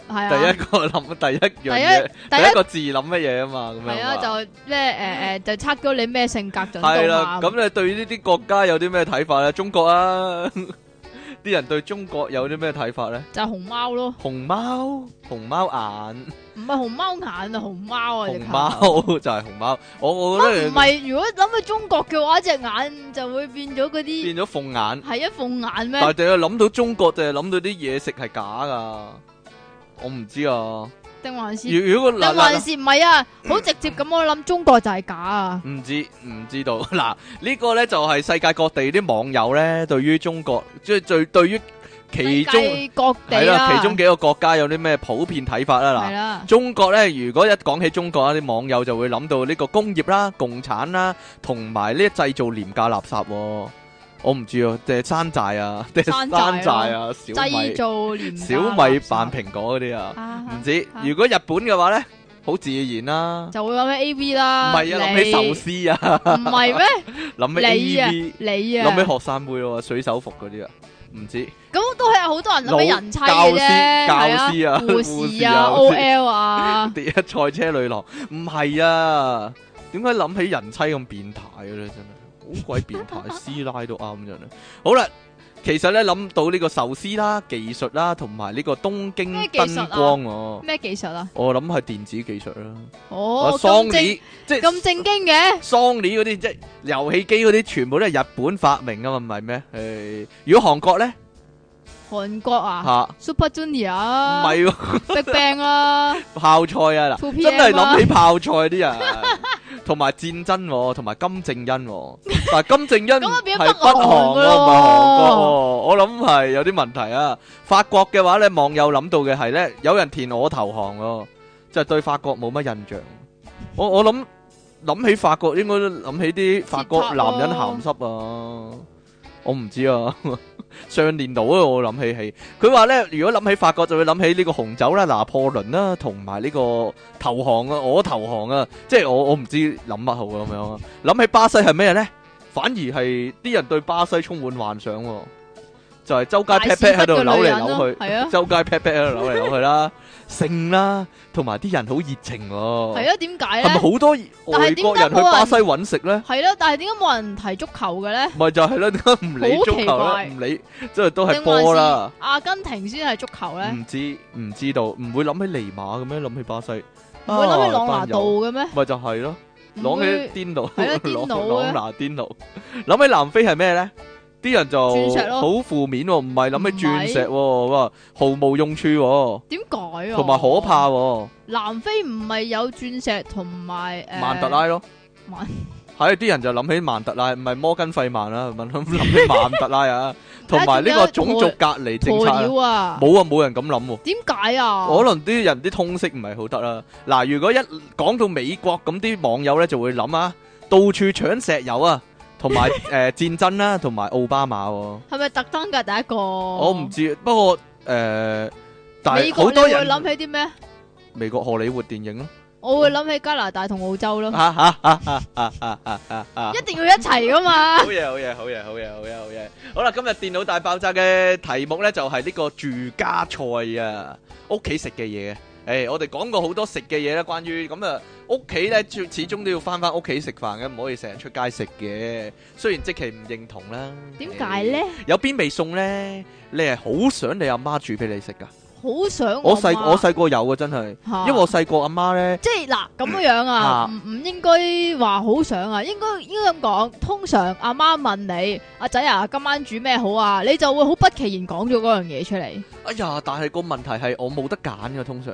係
第
啊
一，個諗第一樣嘢，
第
第
一
一個字諗乜嘢啊嘛，咁樣
係啊，
嘛
就咩誒誒，就測咗你咩性格啊準
係
到
啦。
嘛。
咁你對呢啲國家有啲咩睇法咧？中 國啊，啲人對中國有啲咩睇法咧？
就係熊貓咯，
熊貓，熊貓眼，
唔係熊貓眼啊，熊貓啊，
熊
隻
貓
貓。
就係熊貓。我我覺
乜
得
唔係？如果諗到中國嘅話，隻眼就會變咗嗰啲
變咗鳳眼，
係一鳳眼
但係
咩？
就係諗到中國就係諗到啲嘢食係假噶。我唔知啊。
定還是
如如果嗱
定
嗱
還。是唔係啊？好直接咁，我諗中國就係假啊！
唔知唔知 道嗱，呢個呢就係世界各地啲網友呢對於中國即係最對於 其中
世界各地
係啦，
啦，
其中幾個國家有啲咩普遍睇法
係
啦
啦
嗱。，中國呢，如果一講起中國，啲網友就會諗到呢個工業啦、共產啦，同埋呢製造廉價垃圾喎。我唔知啊，定係山寨啊， 定係
山寨
山寨啊，小
製
米
造廉價
小
垃
米
圾
扮蘋果嗰啲啊，
啊
唔知。如果日本嘅話呢，好自然啦，
就會諗起 A V
唔
啦，
係啊，諗起壽司啊。
你唔係咩？
諗起
你
A
啊
V，，
你啊，
諗起學生妹喎，水手服嗰啲啊，唔知
咁都係好多人諗起人妻嘅啫，
老教
係
師教師啊
啊，
護
護
士
士
啊
啊
護
，O
士
L 啊，
第一賽車女郎，唔係啊，點解諗起人妻咁變態嘅咧？真係好鬼變態，師奶都啱人啊！好啦，其實咧諗到呢個壽司啦、技術啦，同埋呢個東京
咩技術
燈
啊
光喎，
咩技術啊？
我諗係電子技術啦，啊
哦，
桑
咁正
尼即係
咁正經嘅，
Sony 嗰啲即係遊戲機嗰啲，全部都係日本發明噶嘛，唔係咩？誒，如果韓國咧
韓國啊
嚇，
，Super Junior
唔
啊
係喎。
，Big Bang 啦
泡菜啊嗱，
2PM
真係諗起泡菜啲 人，同埋戰爭喎，同埋金正恩喎，但係金正恩
咁啊
係
變咗
北
北韓
韓
㗎
喎，唔係韓國喎，
咯
我諗係有啲問題啊。法國嘅話咧，網友諗到嘅係咧，有人填我投降喎，就係對法國冇乜印象。我我諗諗起法國應該都諗起啲法國男人鹹濕啊，我唔知啊。 上年度啊，我諗起係佢話咧，如果諗起法國就會諗起呢個紅酒啦、拿破崙啦，同埋呢個投降啊，我投降啊，即係我我唔知諗乜好啊咁樣啊。諗起巴西係咩咧？反而係啲人對巴西充滿幻想喎，就係周街
大
pat
屎
pat 喺度
忽嘅
扭
女人咯
嚟扭去，
係啊
周街 pat pat 喺度扭嚟扭去啦，性啦，同埋啲人好熱情喎。
係啊，點解
哦係咪
咧？
好多外國人去巴西揾食咧？
係啦，但係點解冇人提足球嘅咧？
咪就係咯，點 解唔理足
好
球啦？
奇怪
唔理即係都係
定還
波
是
啦。
阿根廷先係足球咧？
唔知唔知道，唔會諗起尼馬咁樣諗起巴西，
唔會諗起朗
啊
拿
班友
度嘅咩？
咪就係咯，
唔
朗
會
起癲佬，
係咯癲佬
朗
啊
拿癲佬。諗起南非係咩咧？啲人就
鑽石咯
好負面喎，唔係諗起
唔
鑽
係
石喎，哇，毫無用處喎，
點解啊？
同埋可怕。喎，
南非唔係有鑽石同埋誒
曼特拉咯
曼。
係啲人就諗起曼特拉，唔係摩根費曼 啦，諗諗起曼特拉啊，同埋呢個種族隔離政
鴕
策啊，
鳥啊？
冇啊冇人咁諗喎。
點解啊？
可能啲人啲通識唔係好得啦。嗱，如果一講到美國咁，啲網友咧就會諗啊，到處搶石油啊，同埋誒戰爭啦、同埋奧巴馬喎、
係咪特登㗎？第一個
我
我
唔知，不過誒、呃但係
美國
好多人
你會諗起啲咩？
美國荷里活 電影咯，
我會諗起加拿大同澳洲咯，
啊啊啊啊啊啊啊啊啊！
一定要一齊噶嘛
好。嘢，好嘢，好嘢，好嘢，好嘢，好嘢！好啦，今日電腦大爆炸嘅題目呢，就係呢個住家菜啊，屋企食嘅嘢。诶、我哋講過好多食嘅嘢啦，關於咁啊，屋企呢，始始終都要翻翻屋企食飯嘅，唔可以成日出街食嘅。雖然即期唔認同啦，
點解咧？
誒？有邊味餸呢？你係好想你阿媽煮俾你食噶？
好想
我細
細
我细个有啊，真係，
細
因為我細個阿媽呢，
即係嗱咁樣樣啊，
啊
唔唔應該話好想啊，應該應該咁講。通常阿媽問你阿仔啊，今晚煮咩好啊，你就會好不其然講咗嗰樣嘢出嚟。
哎呀，但係個問題係我冇得揀噶，通常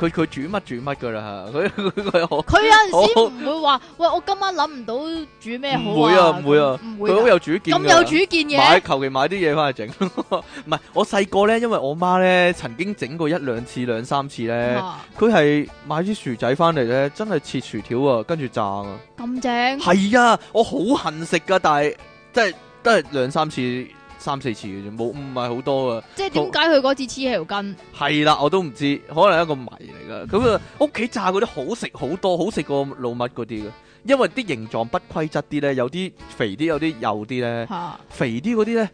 佢佢煮乜煮乜噶啦，佢佢佢我。
佢有陣時唔會話喂，我今晚諗唔到煮咩好
哦唔會啊唔會啊，
唔會
佢好
㗎
有主見㗎
咁有主見
買
嘅，
求其買啲嘢翻嚟整， 唔係我細個咧，因為我媽咧曾經整過一兩次、兩三次咧，
啊
佢係買啲薯仔翻嚟咧，真係切薯條啊，跟住炸啊，
咁正
係啊，我好恨食噶，但係即係都係兩三次、三四次嘅啫，冇唔係好多啊。
即係點解佢嗰次黐起條筋？
係啦，我都唔知，可能係一個謎嚟噶。咁啊，屋企炸嗰啲好食好多，好食過老麥嗰啲嘅，因為啲形狀不規則啲咧，有啲肥啲，有啲幼啲咧。
吓
肥啲嗰啲咧，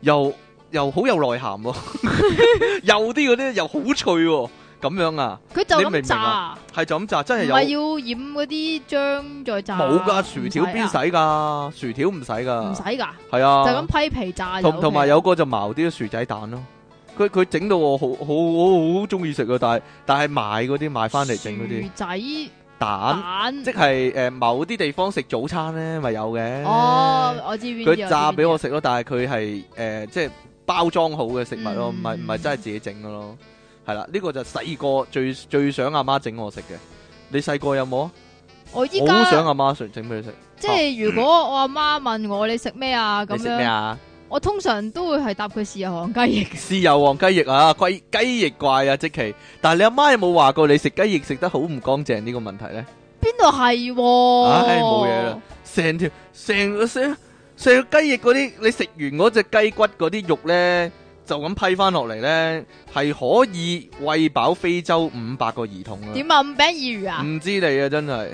又又好有內涵喎、 幼啲嗰啲又好脆喎、咁樣啊，
佢就
你
咁
明唔明
炸
啊
啊，
係就咁炸，真
唔
係
係
有
要染嗰啲漿再炸？
冇噶？薯條邊
邊
使噶？薯條唔使
啊唔
噶
使，㗎，
係
就
啊
咁，批皮炸就
同
OK
同埋有個就矛啲薯仔蛋咯。佢佢整到我好好好好中意食啊！但係但係買嗰啲買翻嚟整嗰啲
薯仔
蛋，
蛋
即係誒、呃某啲地方食早餐咧，咪有嘅。
哦，我知邊啲
佢炸俾我
我知
食咯，但係佢係誒即係包裝好嘅食物咯，唔
嗯
係唔係真係自己整嘅咯。係啦，呢個就細個最最想阿媽整我食嘅。你細個有冇啊？
邊啲
我
我
好
依
想
家
阿媽整俾你食。
即係如果我阿媽問我你食咩啊咁
你食咩
樣，
啊？
我通常都會係答佢豉油行雞 翼。
豉油黃雞翼啊，雞雞翼怪啊，即其。但係你阿媽有冇話過你食雞翼食得好唔乾淨呢個問題咧？
邊度係喎？
唉冇嘢啦。成條成個成成個雞翼嗰啲，你食完嗰只雞骨嗰啲肉咧，就咁批翻落嚟咧，係可以餵飽非洲五百個兒童啊！
點啊？五餅二魚啊？
唔知你啊，真係，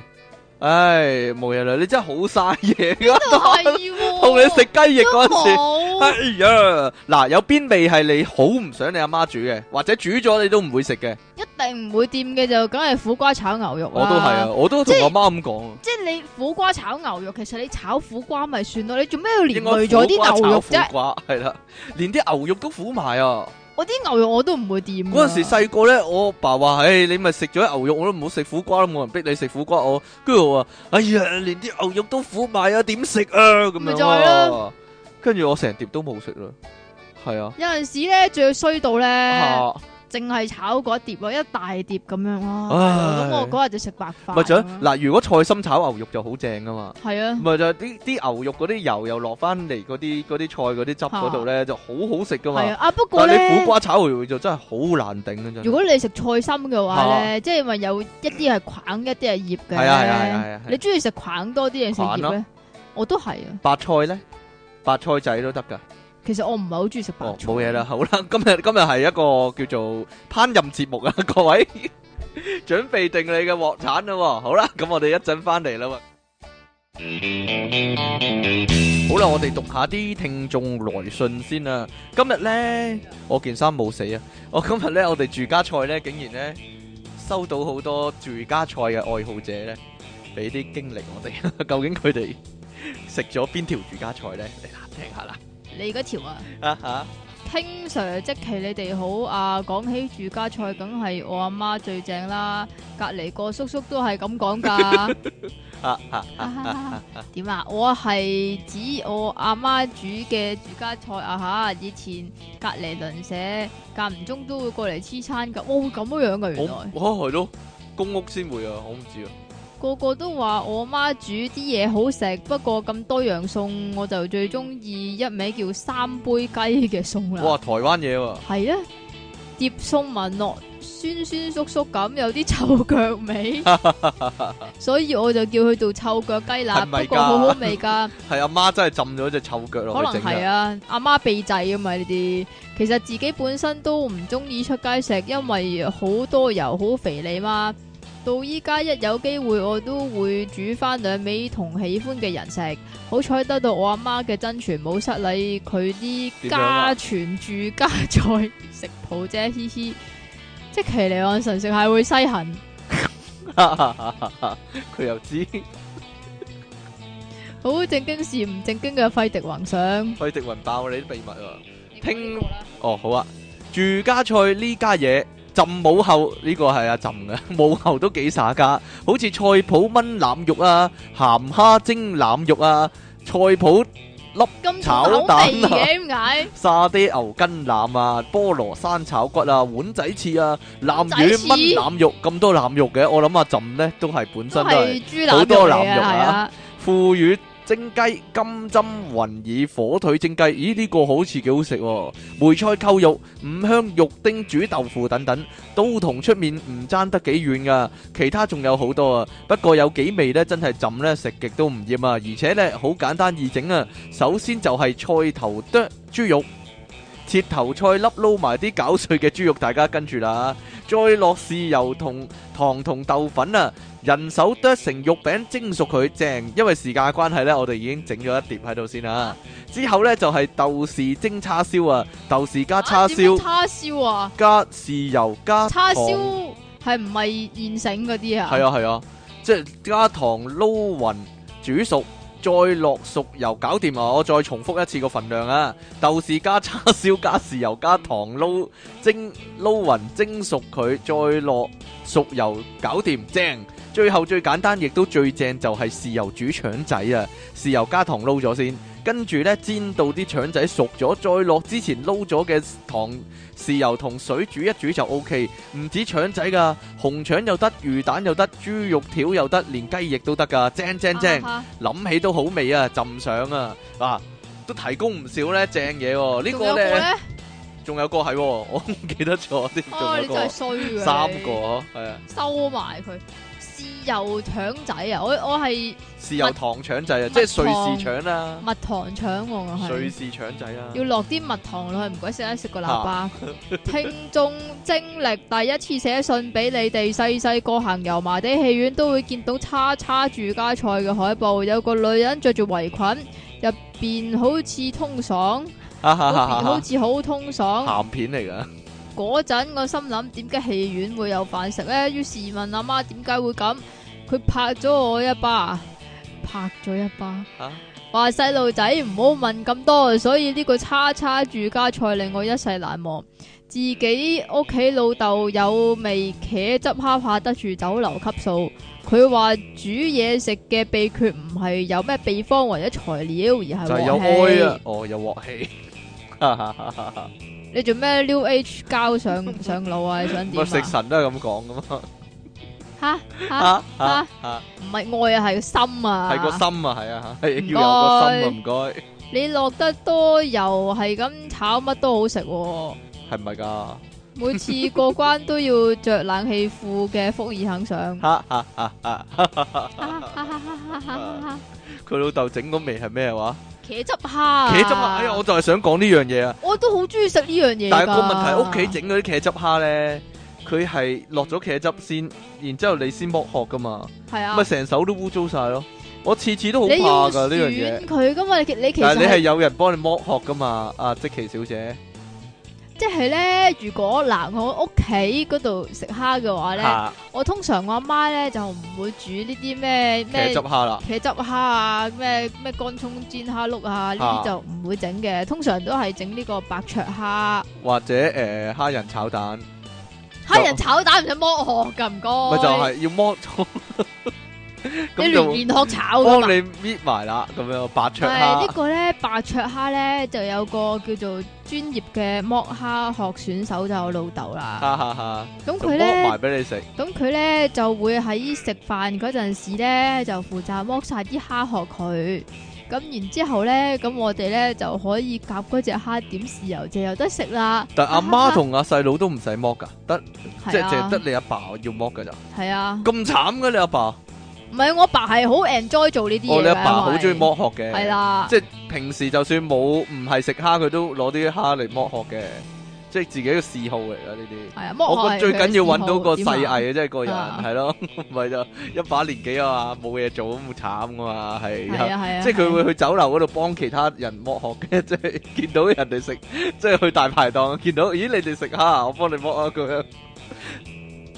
唉，冇嘢啦，你真係好嘥嘢
邊度
噶，
係喎？
同你食雞翼嗰陣時。哎
時，
呀，嗱，有邊味係你好唔想你阿媽煮嘅，或者煮咗你都唔會食嘅？
一定唔會掂嘅就梗係苦瓜炒牛肉
我都係啊，
啦。
我都同
即係
我媽咁講啊。
即係你苦瓜炒牛肉，其實你炒苦瓜咪算咯，你做咩要連
應
累
該
咗
苦瓜
啲牛肉
炒
啫
苦？瓜係啦，連啲牛肉都苦埋啊！
我啲牛肉我都唔會掂㗎。
嗰陣時細個咧，我阿爸話：，唉，你咪食咗牛肉，我都唔好食苦瓜啦，冇人逼你食苦瓜我。跟住我話：，哎呀，連啲牛肉都苦埋啊，點食啊？咁
咪
樣
就係
啊
咯。
跟住我成碟都冇食啦。係啊，
有陣時咧，最衰到咧。
嚇
淨係炒嗰一碟咯，一大碟咁樣哇！
唉
咁我嗰日就食白飯。
咪就係嗯嗱，如果菜心炒牛肉就好正噶嘛。
係啊，
咪就係啲啲牛肉嗰啲油又落翻嚟嗰啲嗰啲菜嗰啲汁嗰度咧，就好好食噶嘛
係。啊。啊不過
但係你苦
咧，
瓜炒牛肉就真係好難頂啊！真係
如果你食菜心嘅話咧，即係咪有一啲係梗，一啲係葉嘅？
係啊係啊係啊係啊
你中意食梗多啲定食
梗
葉
咯
咧？我都係啊，
白菜咧，白菜仔都得㗎。
其實我唔係好中意食白
哦，
菜。
冇嘢啦，。好 啦，今日今日係一個叫做烹飪節目啊， 各位準備定你嘅鑊鏟啦喎，好啦，咁我哋一陣翻嚟啦喎。好啦，我哋讀下啲聽眾來信先啊。今日呢，我件衫冇死啊！我今日呢，我哋住家菜呢，竟然呢，收到好多住家菜嘅愛好者呢，俾啲經歷我哋， 究竟佢哋食咗邊條住家菜呢？嚟啦，聽下啦，
你嗰條啊，
啊哈！
King Sir 即其你哋好啊！講起住家菜，梗係我阿媽最正啦。隔離個叔叔都係咁講 㗎。 點啊？我係指我阿媽煮嘅住家菜啊吓，以前隔離鄰舍間唔中都會過嚟黐餐㗎。哇，會咁樣樣㗎原來。
我我係咯，公屋先會啊，我唔知啊。
個個都話我媽煮啲嘢好食，不過咁多樣餸，我就最中意一味叫三杯雞嘅餸啦。
哇，台灣嘢喎，
係咧，碟餸聞落酸酸縮縮咁，有啲臭腳 味，所以我就叫佢做臭腳雞
係
啦。
咪
不
㗎
過好好味㗎，
係阿媽真係浸咗只臭腳
可
落去
能
整
係
啊。
啊，阿媽秘製啊嘛呢啲。其實自己本身都唔中意出街食，因為好多油好肥膩嘛。到依家一有機會，我都會煮翻兩味同喜歡嘅人食。好彩得到我阿媽嘅真傳冇失禮，佢啲
點樣啊
家傳住家菜食譜啫，嘻嘻。即其嚟岸神食係會西行，
佢又知
好正經事唔正經嘅費迪幻想。
費迪雲爆你啲秘密喎。聽
過啦，
哦，好啊，住家菜呢家嘢浸母后呢、個係啊浸 嘅，母后都幾耍家，好似菜脯炆腩肉啊、鹹蝦蒸腩肉啊、菜脯
咁
炒
重口
蛋啊
味嘅點解？
沙爹牛筋腩啊、菠蘿生炒骨啊、碗仔翅啊、腩
碗仔
魚
翅
炆腩肉咁多腩肉嘅，我諗啊浸呢都係本
都
身都係。
係豬
好
腩
多
肉嚟
腩
嘅，
肉
係
啊
啊。
腐乳蒸雞、金針雲耳火腿蒸雞，咦呢、個好似幾好食喎！梅菜扣肉、五香肉丁煮豆腐等等，都同出面唔爭得幾遠噶。其他仲有好多啊，不過有幾味呢，真係浸呢，食極都唔厭啊！而且呢，好簡單易整啊。首先就係菜頭剁豬肉。切頭菜粒撈埋啲攪碎嘅豬肉，大家跟住啦，再落豉油同糖同豆粉啊，人手剁成肉餅蒸熟佢正，因為時間關係呢，我哋已經整咗一碟喺度先啦。之後呢，就係、豆豉蒸叉燒啊，豆豉加叉
啊點樣
燒、
叉燒啊，
加豉油加
叉
糖
燒係唔係現成嗰啲啊？
係啊係啊，即係加糖撈勻煮熟，再落熟油搞掂啊！我再重複一次個份量啊！豆豉加叉燒加豉油加糖撈蒸撈勻蒸熟佢，再落熟油搞掂，正！最後最簡單亦都最正就係豉油煮腸仔啊！豉油加糖撈咗先，跟住呢，煎到啲腸仔熟咗，再落之前撈咗嘅糖、豉油同水煮一煮就 O K。唔止腸仔噶，紅腸又得，魚蛋又得，豬肉條又得，連雞翼都得噶，正正正，
啊
諗起都好味啊，浸上啊，啊都提供唔少呢正嘢喎。呢
仲有
個
個
呢，
咧，
仲有個係喎，我唔記得咗添，仲
啊
有
你真
個
係衰嘅，
三
你
個嗬，係啊，
收埋佢。豉油腸仔啊！我我係
豉油糖腸仔啊，即係瑞士腸啦，
蜜糖腸喎，我
瑞
哦係
士腸仔啊啦。
要落啲蜜糖落去，唔該食一食個喇
啊
叭。聽眾精力第一次寫信俾你哋，細細個行油麻地戲院都會見到叉叉住家菜嘅海報，有個女人着住圍裙，入邊好似通爽，
哈哈
嗰
啊哈
邊
哈
好
哈
似好通爽。
鹹片嚟噶，
嗰陣我心諗點解戲院會有飯食呢？於是問阿媽點解會咁，佢拍咗我一巴，拍咗一巴
啊，
話細路仔唔好問咁多，所以呢個叉叉住家菜令我一世難忘。自己屋企老豆有味茄汁蝦怕得住酒樓級數，佢話煮嘢食嘅秘訣唔係有咩秘方或者材料，而係
就係有
鑊氣
哀啊，哦有鑊氣，哈哈哈哈哈
你做咩 New Age 交上上腦啊？你想點
咪食
啊？
神都係咁講噶嘛，
吓吓！
嚇
啊
嚇嚇。
唔係愛啊，係個心啊。
係個心啊，係啊，係
唔
要有個心啊，唔該，
你落得多油，係咁炒乜都好食、喎。
係咪噶？。
每次過關都要着冷氣褲嘅福爾肯上啊
哈哈哈哈！啊佢老豆整嗰味係咩話？
茄汁蝦。
茄汁蝦，哎呀，我就係想講呢樣嘢啊！
我都好中意食呢樣嘢㗎。
但係個問題，屋企整嗰啲茄汁蝦咧，佢係落咗茄汁先，然之後你先剝殼噶嘛，
係啊
咪，成手都污糟晒咯。我次次都好
你要
怕㗎呢樣嘢，
選佢噶嘛？你其你其
但係你係
實係
有人幫你剝殼噶嘛？啊，即奇小姐，
即係咧，如果嗱我屋企嗰度食蝦嘅話咧，
嚇，
我通常我阿媽咧就唔會煮呢啲咩
茄
咩
汁蝦啦，
茄汁蝦啊，咩咩乾葱煎蝦碌啊，呢
啊
啲就唔會整嘅，通常都係整呢個白灼蝦。
或者誒蝦仁炒蛋，咪
蝦人炒蛋唔使剝殼噶，唔該。
就係要剝 咗，
你
咁
連
就
面殼炒噶
幫
嘛？
你搣埋啦，咁樣白灼
係呢
蝦
個咧，白灼蝦咧就有個叫做專業嘅剝蝦殼選手就係我老豆啦。
哈哈哈，
咁
就
佢
剝
咧
埋，俾你食，
咁佢咧就會喺食飯嗰陣時咧就負責剝晒啲蝦殼佢。咁然之後咧，咁我哋咧就可以夾嗰只蝦點豉油就有得食啦。
但阿
哈
媽
哈
同阿細佬都唔使剝噶，得即
係
係淨係
啊
得，你阿爸要剝噶咋，
係啊，
咁慘嘅你阿爸，哦
唔係我爸係好 enjoy 做呢啲嘢㗎
你阿爸
因
好
為
中意剝殼嘅，
係啦，
即係平時就算冇唔係食蝦，佢都攞啲蝦嚟剝殼嘅，即係自己嘅嗜好嚟噶呢啲。
係啊，
我覺
剝
得
殼
最緊要揾到個
係佢嘅嗜好
細
點啊
藝啊，即係個人
啊
係咯， 咪就一把年紀啊嘛，冇嘢做咁慘噶嘛，係
係啊係啊，
即係佢會去酒樓嗰度幫其他人剝殼嘅， 即係見到人哋食，即係去大排檔見到，咦你哋食蝦，我幫你剝啊咁樣，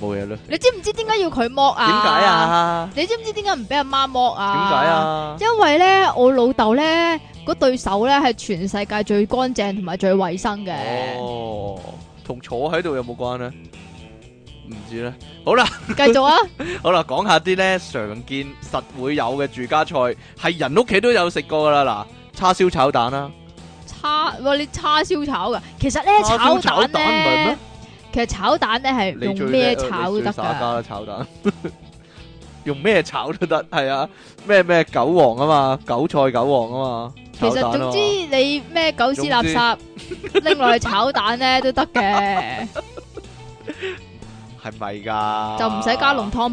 冇嘢咯。
你知唔知點解要佢剝啊？
點解？啊？
你知唔知點解唔俾阿媽剝
點
啊？
解？啊？
因為咧，我老豆咧嗰對手咧係全世界最乾淨同埋最衞生嘅。
哦，同坐喺度有冇關呢？唔知咧。好啦，
繼續啊，
好啦，講下啲咧常見實會有嘅住家菜，係人屋企都有食過噶啦。嗱，叉燒炒蛋啦，
叉喂你叉燒炒噶，其實咧
叉
炒
燒炒蛋唔係
咧
咩，
其實炒蛋咧係
你最
用
叻呃
咩
你
炒都
最
得
耍家
㗎。
啦，炒蛋。 用咩炒都得，係啊，咩咩韭黃啊嘛，韭菜韭黃啊嘛，
其實
炒蛋啊
總
嘛
之你咩狗屎垃圾拎落去炒蛋咧都得 嘅，
係咪㗎？
就唔使加濃湯
啊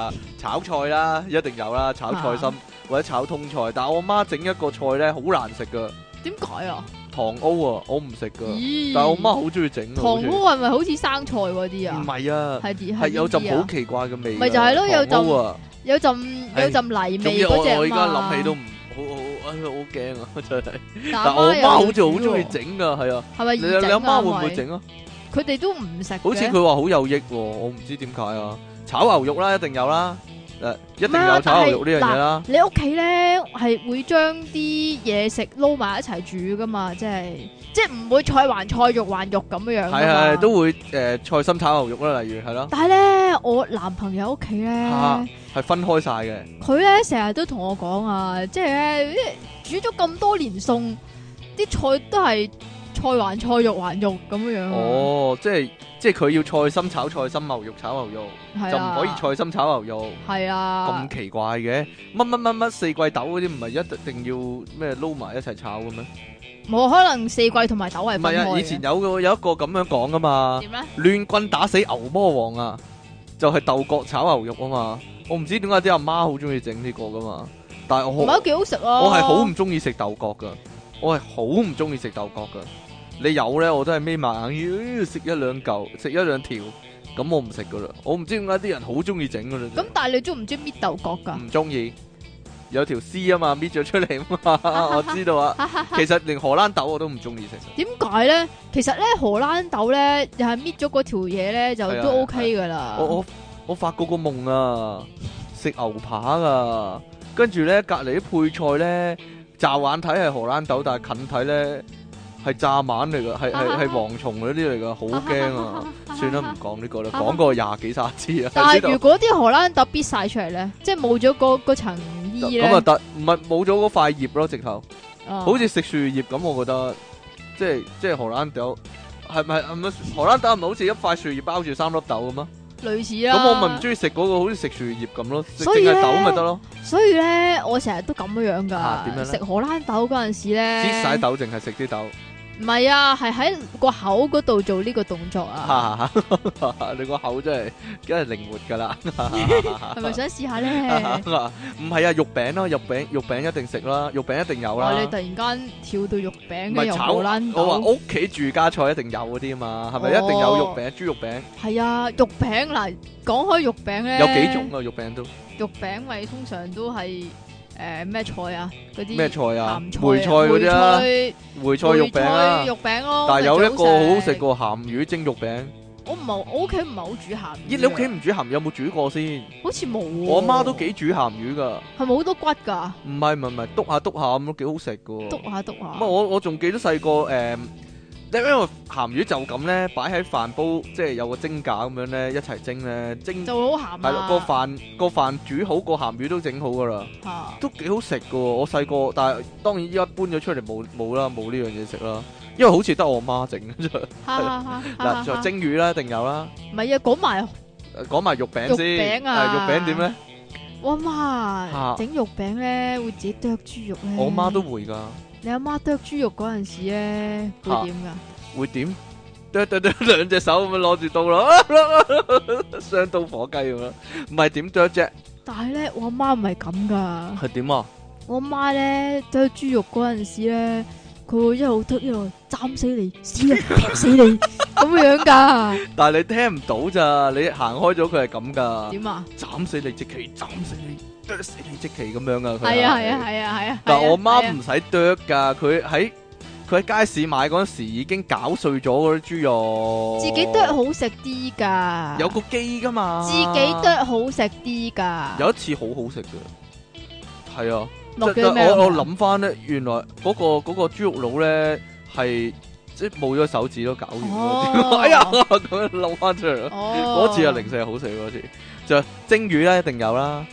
寶。
炒菜啦，一定有啦，炒菜
啊
心、或者炒通菜。但我媽整一個菜咧，好難食噶，
點解啊？
糖蒿啊，我唔食噶。
咦！
但我媽好中意整啊，
糖
好似
蒿係咪好似生菜嗰啲
唔
啊？
係啊，
係啲
係有
陣
陣好奇怪嘅味㗎。啊
咪就係咯有陣
糖蒿啊，
有陣
唉
有陣泥
總之
味
我
嗰只
我而家諗起都唔好好，哎呀好驚啊 真係。
但
但我媽
媽
好似好中意，整噶，係啊。
係咪
你
易
你阿
整
媽
啊？
會唔會
因為
整啊？
佢哋都唔食嘅，
好似佢話好有益喎，我唔知點解啊。炒牛肉啦，一定有啦，誒一
咩
定
啊
有炒牛肉呢樣嘢啦。
你屋企咧係會將啲嘢食撈埋一齊煮噶嘛？即係即係唔會菜還菜，肉還肉咁樣樣㗎嘛
係係都會誒菜心炒牛肉啦，例如係咯，
但係咧，我男朋友屋企咧，
嚇係分開晒嘅，
佢咧成日都同我講啊，即係咧煮咗咁多年餸，啲菜都係菜還菜，肉還肉咁樣樣啊。
哦，即係即係佢要菜心炒菜心，牛肉炒牛肉，
係啊，
就唔可以菜心炒牛肉，
係啊
咁，奇怪嘅，乜乜乜乜四季豆嗰啲唔係一定要咩撈埋一齊炒嘅咩？
冇可能四季同埋豆係
唔
分
係
開
啊，
嘅
以前有個有一個咁樣講噶嘛，
點咧？
亂棍打死牛魔王啊，就係豆角炒牛肉啊嘛，我唔知點解啲阿媽好中意整呢個噶嘛，但係
唔
我
係都幾好食啊咯。
我係好唔中意食豆角噶，我係好唔中意食豆角噶。你有咧，我都係眯埋眼，呃食一兩嚿，食一兩條，咁我唔食噶啦。我唔知點解啲人好中意整噶啦，
咁，但係你中唔中意搣豆角㗎？
唔中意。有條絲啊嘛，搣咗出嚟啊嘛，我知道啊。其實連荷蘭豆我都唔中意食，啊
點解咧？其實咧荷蘭豆咧又係搣咗嗰條嘢咧就
係啊係啊
都 OK 㗎啦。
我我我發過個夢啊，食牛扒噶，跟住咧隔離啲配菜咧，乍眼睇係荷蘭豆，但係近睇咧係蚱蜢嚟噶，係係係蝗蟲嗰啲嚟噶，好驚啊！算啦，唔講呢個啦，講過廿幾卅次啊，
但係
喺
如
呢度
果啲荷蘭豆搣晒出嚟咧，即係冇咗嗰嗰層衣咧
咁，啊得，唔係冇咗嗰塊葉咯，直頭
啊
好似食樹葉咁，我覺得即係即係荷蘭豆。係咪係咪荷蘭豆係咪好似一塊樹葉包住三粒豆咁啊？
類似啦。
咁我咪唔中意食嗰個，好似食樹葉咁咯，食
所以
淨係
呢
豆咪得咯。
所以咧，我成日都咁樣樣
啊點樣咧
㗎。食荷蘭豆嗰陣時
切晒
咧，
豆淨係食啲豆，
唔係啊，係喺個口嗰度做呢個動作 啊。
哈哈哈你個口真係真係靈活噶啦，
係咪想試下咧？
唔係啊，肉餅啦，肉餅肉餅一定食啦，肉餅一定有啦
哇！你，突然間跳到肉餅
唔
嘅
係
又
炒，
荷蘭
我話
豆，
屋企住家菜一定有嗰啲啊嘛，係咪一定有肉餅、豬肉餅，
係啊，肉餅嗱，講開肉餅咧，
有幾種啊肉餅都，
肉餅咪通常都係诶咩菜啊，嗰啲
咩菜啊？
鹹
梅菜嗰啲啊，
梅
梅菜
菜
肉餅啊
梅菜。肉餅咯。
但係有一個
個
好好食，過鹹魚蒸肉餅。
我唔係我屋企唔係好煮鹹魚啊。
咦，你屋企唔煮鹹魚有冇煮過先？
好似冇喎。
我媽都幾煮鹹魚㗎，
係咪好多骨㗎？
唔係唔係唔係，篤下篤下咁都幾好食㗎喎。
篤下篤
咁啊，
下。
我我仲記得細個誒，你因為鹹魚就咁咧，擺喺飯煲，即係有個蒸架咁樣咧，一齊蒸咧，蒸
就好鹹
係
啊！
咯，個飯個飯煮好，個鹹魚都整好噶啦，
嚇
都幾好食噶喎。我細個，但係當然依家搬咗出嚟冇冇啦，冇呢樣嘢食啦，因為好似得我媽整
哈哈哈哈
嗱，就蒸魚啦，一定有啦。
唔係啊，講埋
誒講埋肉餅
肉
先，
餅啊
誒肉餅點咧？
我
嚇
媽整肉餅咧，會自己剁豬肉咧。
我媽都會㗎，
你阿媽剁豬肉嗰陣時咧，會
嚇
點㗎？
會點？剁剁剁 兩隻手咁樣攞住刀咯， 雙刀火雞咁樣，唔係點剁啫？
但係咧，我阿媽唔係咁㗎。
係點啊？
我媽咧剁豬肉嗰陣時咧，佢會一路剁一路斬死你，死啊，劈死你咁樣㗎。
但係你聽唔到咋，你行開咗佢係咁㗎。
點啊？
斬死你即期，斬死你，剁死你即期咁樣啊！佢
係啊係啊。係啊係啊！
但
係啊
我媽
係啊
唔使剁噶，佢喺佢喺街市買嗰陣時已經搞碎咗嗰啲豬肉，
自己剁好食啲㗎，
有個機噶嘛，
自己剁好食啲㗎。
有一次好好食嘅，係啊，
落
即
咗咩啊？
我我諗翻咧，原來嗰、個嗰、個豬肉佬咧係即係冇咗手指都搞完
哦
咗， 哎呀咁樣諗翻出嚟咯，
哦
嗰次啊零舍好食嗰次，就蒸魚咧一定有啦。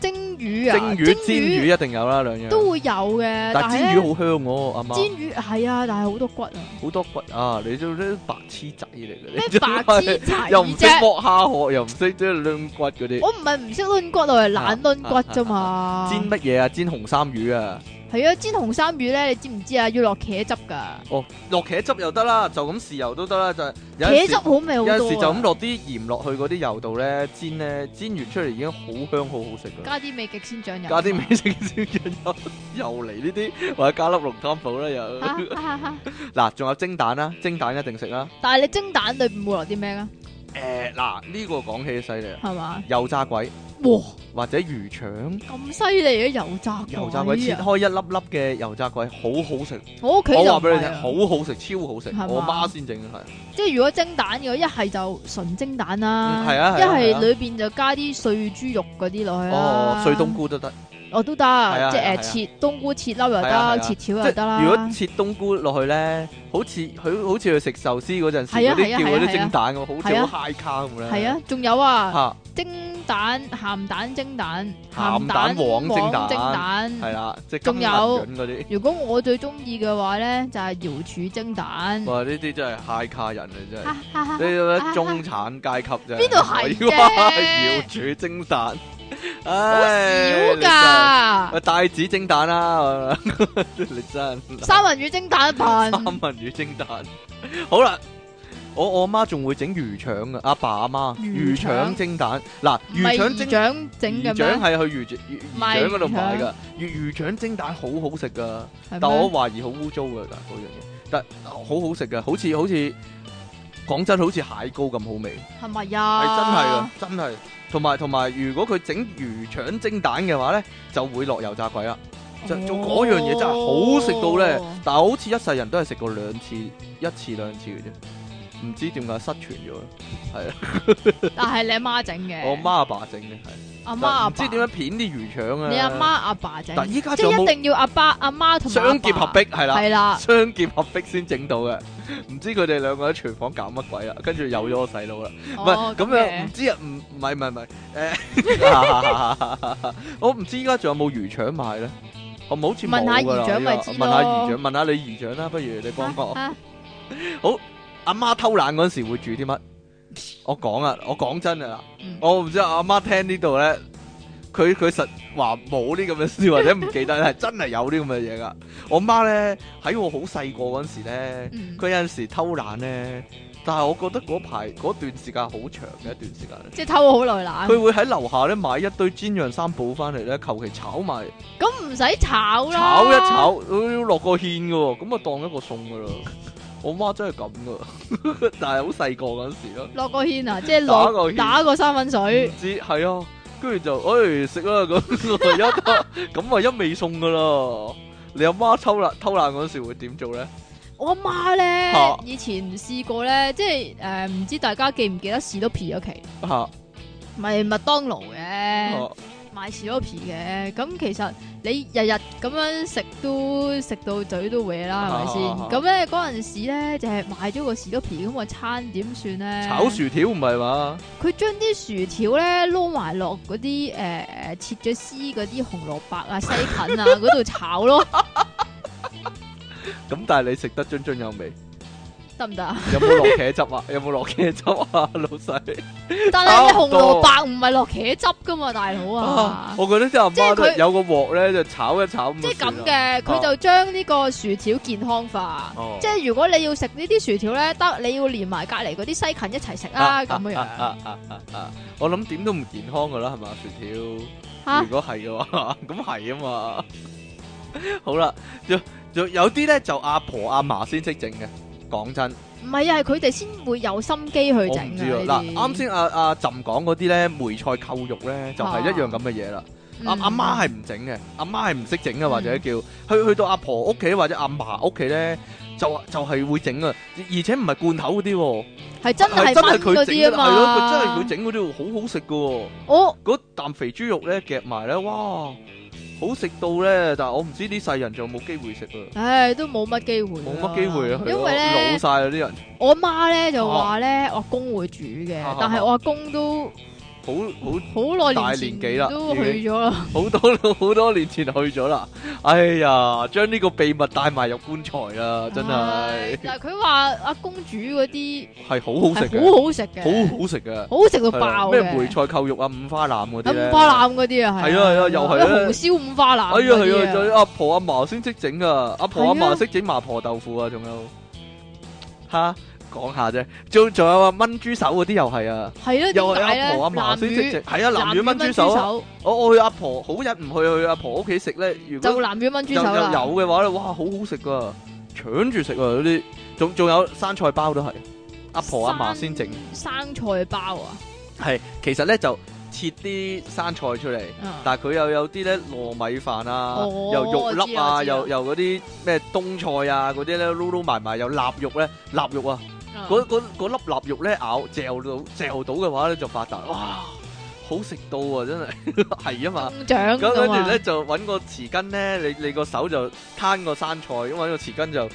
蒸魚啊，
蒸魚、煎魚一定有啦，兩樣。
都會有嘅，
但
但
係
係
煎
咧
魚好香喎，阿媽，
煎魚係啊，但係好多骨 啊，
好多骨啊！你都啲白痴仔嚟嘅，你
咩
真係
白痴仔
又唔識
啫？
剝蝦殼，又唔識即係攣骨嗰啲。
我唔係唔識攆骨，我係懶攆骨啫嘛。
煎乜啊嘢啊？煎紅衫魚啊！
係啊，煎紅衫魚咧，你知唔知啊？要落茄汁㗎，
哦，落茄汁又得啦，就咁豉油都得啦，就係有陣
茄
時
汁好味
有
好
陣時
多
就咁
啊。
落啲鹽落去嗰啲油度咧煎咧，煎完出嚟已經好香好好食㗎啦。
加啲味極鮮醬油，
加啲美食先醬油，又嚟呢啲，或者加粒龍湯寶啦又。
啊。啊啊啊
嗱，仲有蒸蛋啦，蒸蛋一定食啦。
但係你蒸蛋裏邊會落啲咩㗎？
誒嗱，呢個講起犀利啊！
係嘛？
油炸鬼
哇，
或者魚腸，
咁犀利嘅油炸
油炸鬼切
啊！
開一粒粒嘅油炸鬼，好好食。
我屋企
我
就
話
唔
俾你
係
聽，
啊
好好食，超好食
係嘛。
我媽先整嘅係，
即係如果蒸蛋嘅，一係就純蒸蛋啦
嗯，係啊係啊
一
係
係
啊
裏邊就加啲碎豬肉嗰啲落去啦
哦，碎冬，菇都得。
我哦都
啊
得，即
係
係
啊係啊
誒切冬菇切粒又
係啊係啊
得，切條
即
又得啦。
係如果切冬菇落去咧，好似佢好似去食壽司嗰陣時，
係啊
嗰啲
係
叫
啊係
嗰啲
啊
蒸蛋咁，好
係
似
啊
好 high 卡咁咧。
係啊，仲有啊，
嚇，
蒸蛋、鹹蛋、蒸蛋、
鹹
鹹
蛋黃
黃
蒸蛋
蒸蛋。
係啦，即係
嗯仲
金
有
銀潤嗰啲。
如果我最中意嘅話咧，就係瑤柱蒸蛋。
哇！呢啲真係 high 卡人啊，真 係。
哈哈哈
呢啲咧中產階級啫，
邊度係啫
妖柱蒸蛋，
好
唉，
少
你真係
㗎，
喂，帶子蒸蛋啦， 你真
三文魚蒸蛋
三
飯、
文魚蒸蛋。好啦，我我媽仲會整魚腸啊，阿爸阿媽魚
魚腸
腸蒸蛋。嗱，
唔係
魚腸
魚
蒸
掌整
魚
嘅
腸
咩？
係去魚腸魚
唔
魚
係
腸嗰度買
魚
㗎，魚魚腸蒸蛋好好食㗎。
係
但
咩
我懷疑好污糟嘅，但嗰樣嘢，但好好食嘅，好似好似講真，好似蟹膏咁好味，
係咪
係真係
呀？
啊，真係。同埋同埋，如果佢整魚腸蒸蛋嘅話咧，就會落油炸鬼啦。就做嗰樣嘢真係好食到咧
哦，
但係好似一世人都係食過兩次，一次兩次嘅啫，唔知點解失傳咗。
但係你阿媽整嘅，
我媽阿爸整嘅係，
阿媽
但
阿
唔知
爸，
點樣片啲魚腸啊。
你阿媽，阿爸整，
但依家
即
仲有
係一
冇
定要阿爸阿媽同埋阿
雙
爸
結合璧係啦？
係啦，
雙劍合璧先整到嘅，唔知佢哋兩個喺廚房搞乜鬼啦，啊跟住有咗我細佬啦，唔係
哦
咁樣，唔
嘅
知啊，唔唔係唔係唔係，誒， 我唔知依家仲有冇魚腸賣咧，我冇好似冇㗎啦，
問下姨丈咪
依家
知
問下
咯
姨丈，問下你姨丈啦，不如你幫幫我，
啊啊
阿媽偷懶嗰陣時會煮啲乜？我 講啊，我講真啊，
嗯
我唔知阿媽聽呢度咧，佢佢實話冇啲咁嘅事，或者唔記得，係 真係有啲咁嘅嘢噶。我媽咧喺我好細個嗰陣時咧。
嗯
佢有陣時偷懶咧，但係我覺得嗰排嗰段時間好長嘅一段時間咧，
即係偷好耐啦，
佢會喺樓下咧買一堆煎釀三寶翻嚟咧，求其炒埋
咁唔使炒啦，
炒一，炒，要落個芡嘅喎，咁啊當一個餸嘅啦。我媽真係咁 噶，但係好細個嗰陣時咯，
落個芡啊，即係
打個
落
芡
打個三分水
唔，知係啊，跟住就誒食啦咁，一咁 啊一味餸噶啦。你阿媽偷懶偷懶嗰時會點做咧？
我阿媽咧
嚇
以前試過咧，即係誒唔知大家記唔記得士多啤嗰期，
嚇、
咪麥當勞嘅
嚇
賣士多啤嘅。咁其實你日日咁樣食都食到嘴都歪啦，係咪先
啊啊啊？
咁咧嗰陣時咧就係買咗個士多啤咁個餐點算咧？
炒薯條唔係嘛？
佢將啲薯條咧撈埋落嗰啲誒誒切咗絲嗰啲紅蘿蔔啊、西 芹啊嗰度炒咯，
咁但係你食得津津有味，
得唔得啊？
有冇落茄汁啊？有冇落茄汁啊，老細？
但係啲
差唔
紅
多
蘿蔔唔係落茄汁噶嘛，大佬
啊
啊！
我覺得啲阿
即係
媽都
佢
有個鑊咧，就炒一炒咁
即
就
係
算啦。
咁嘅，佢就將呢個薯條健康化。
啊哦
即係如果你要食呢啲薯條咧，得你要連埋隔離嗰啲西芹一齊食啦，咁樣樣
啊啊啊啊！我諗點都唔健康噶啦，係嘛薯條？
嚇
如果係嘅話， 咁係啊嘛。好啦，仲仲有啲咧就阿婆阿嫲先識整嘅。講真，
唔係啊，係佢哋先會有心機去
我
整
唔知
啊！
啊。
呢啲
嗱，啱先阿阿朕講嗰啲咧梅菜扣肉咧，就係一樣咁嘅嘢啦。
嗯
阿阿媽係唔整嘅，阿媽係唔識整嘅，或者叫去去到阿婆屋企或者阿嫲屋企咧，就就係會整啊，而而且唔係罐頭嗰啲喎。
係真
係
係
真係
炆
佢
嗰
整
啲
嘅，
啊
係咯，佢真係
嘛哦
佢。整嗰啲好好食嘅喎，
我
嗰啖肥豬肉咧夾埋咧，哇，好食到咧！但係我唔知啲世人仲有冇機會食啊，
唉，都冇乜機會啦，
冇乜機會啊，係咯
因為
老
咧，
晒啦啲人，
我阿媽咧就話咧，我阿公會煮嘅
啊，
但係我阿公都
好好
好
大
耐
年
年
紀
前
啦
都去咗啦。
好多 好多年前去咗啦，哎呀，將呢個秘密帶埋入棺材啦，啊真係
唉但係佢話阿公煮嗰啲
係好好食
係
嘅，
好好食嘅，
好好食嘅，
好好食到
係啊
爆
咩
嘅。
梅菜扣肉啊，五花腩嗰啲咧
五花腩嗰啲啊，
係啊係啊又係啊
咩紅燒五花腩
哎
嗰
呀，係啊，
啲
仲
啊。
有阿婆阿嫲先識整啊，阿婆阿
係
嫲
啊
識整麻婆豆腐啊，仲有吓講下啫，仲仲有啊炆豬手嗰啲又係啊，
係啊，
又
點
係
解
阿
咧？
婆阿嫲
南
先識整，
乳
係啊，南乳炆豬手，
手
我我去阿婆好人唔去去阿婆屋企食咧，如
就
果
南乳炆豬
又又有
手啊啦。
嘅話咧，哇，好好食噶，搶住食啊嗰啲，仲仲有生菜包都係阿婆阿嫲先整，
生菜包啊，
係其實咧就切啲生菜出嚟。
嗯
但係佢又有啲咧糯米飯啊，
哦
又肉粒啊，
我知啊
又又嗰啲咩冬菜啊嗰啲咧撈撈埋埋，又臘肉咧臘肉啊，
嗯
嗰嗰嗰粒臘肉咧咬嚼到嚼到嘅話咧就發達，哇！好食到啊，真係 係啊嘛。
中獎
咁跟
㗎嘛
住咧就揾個匙羹咧，你你個手就攤個生菜，咁揾個匙羹就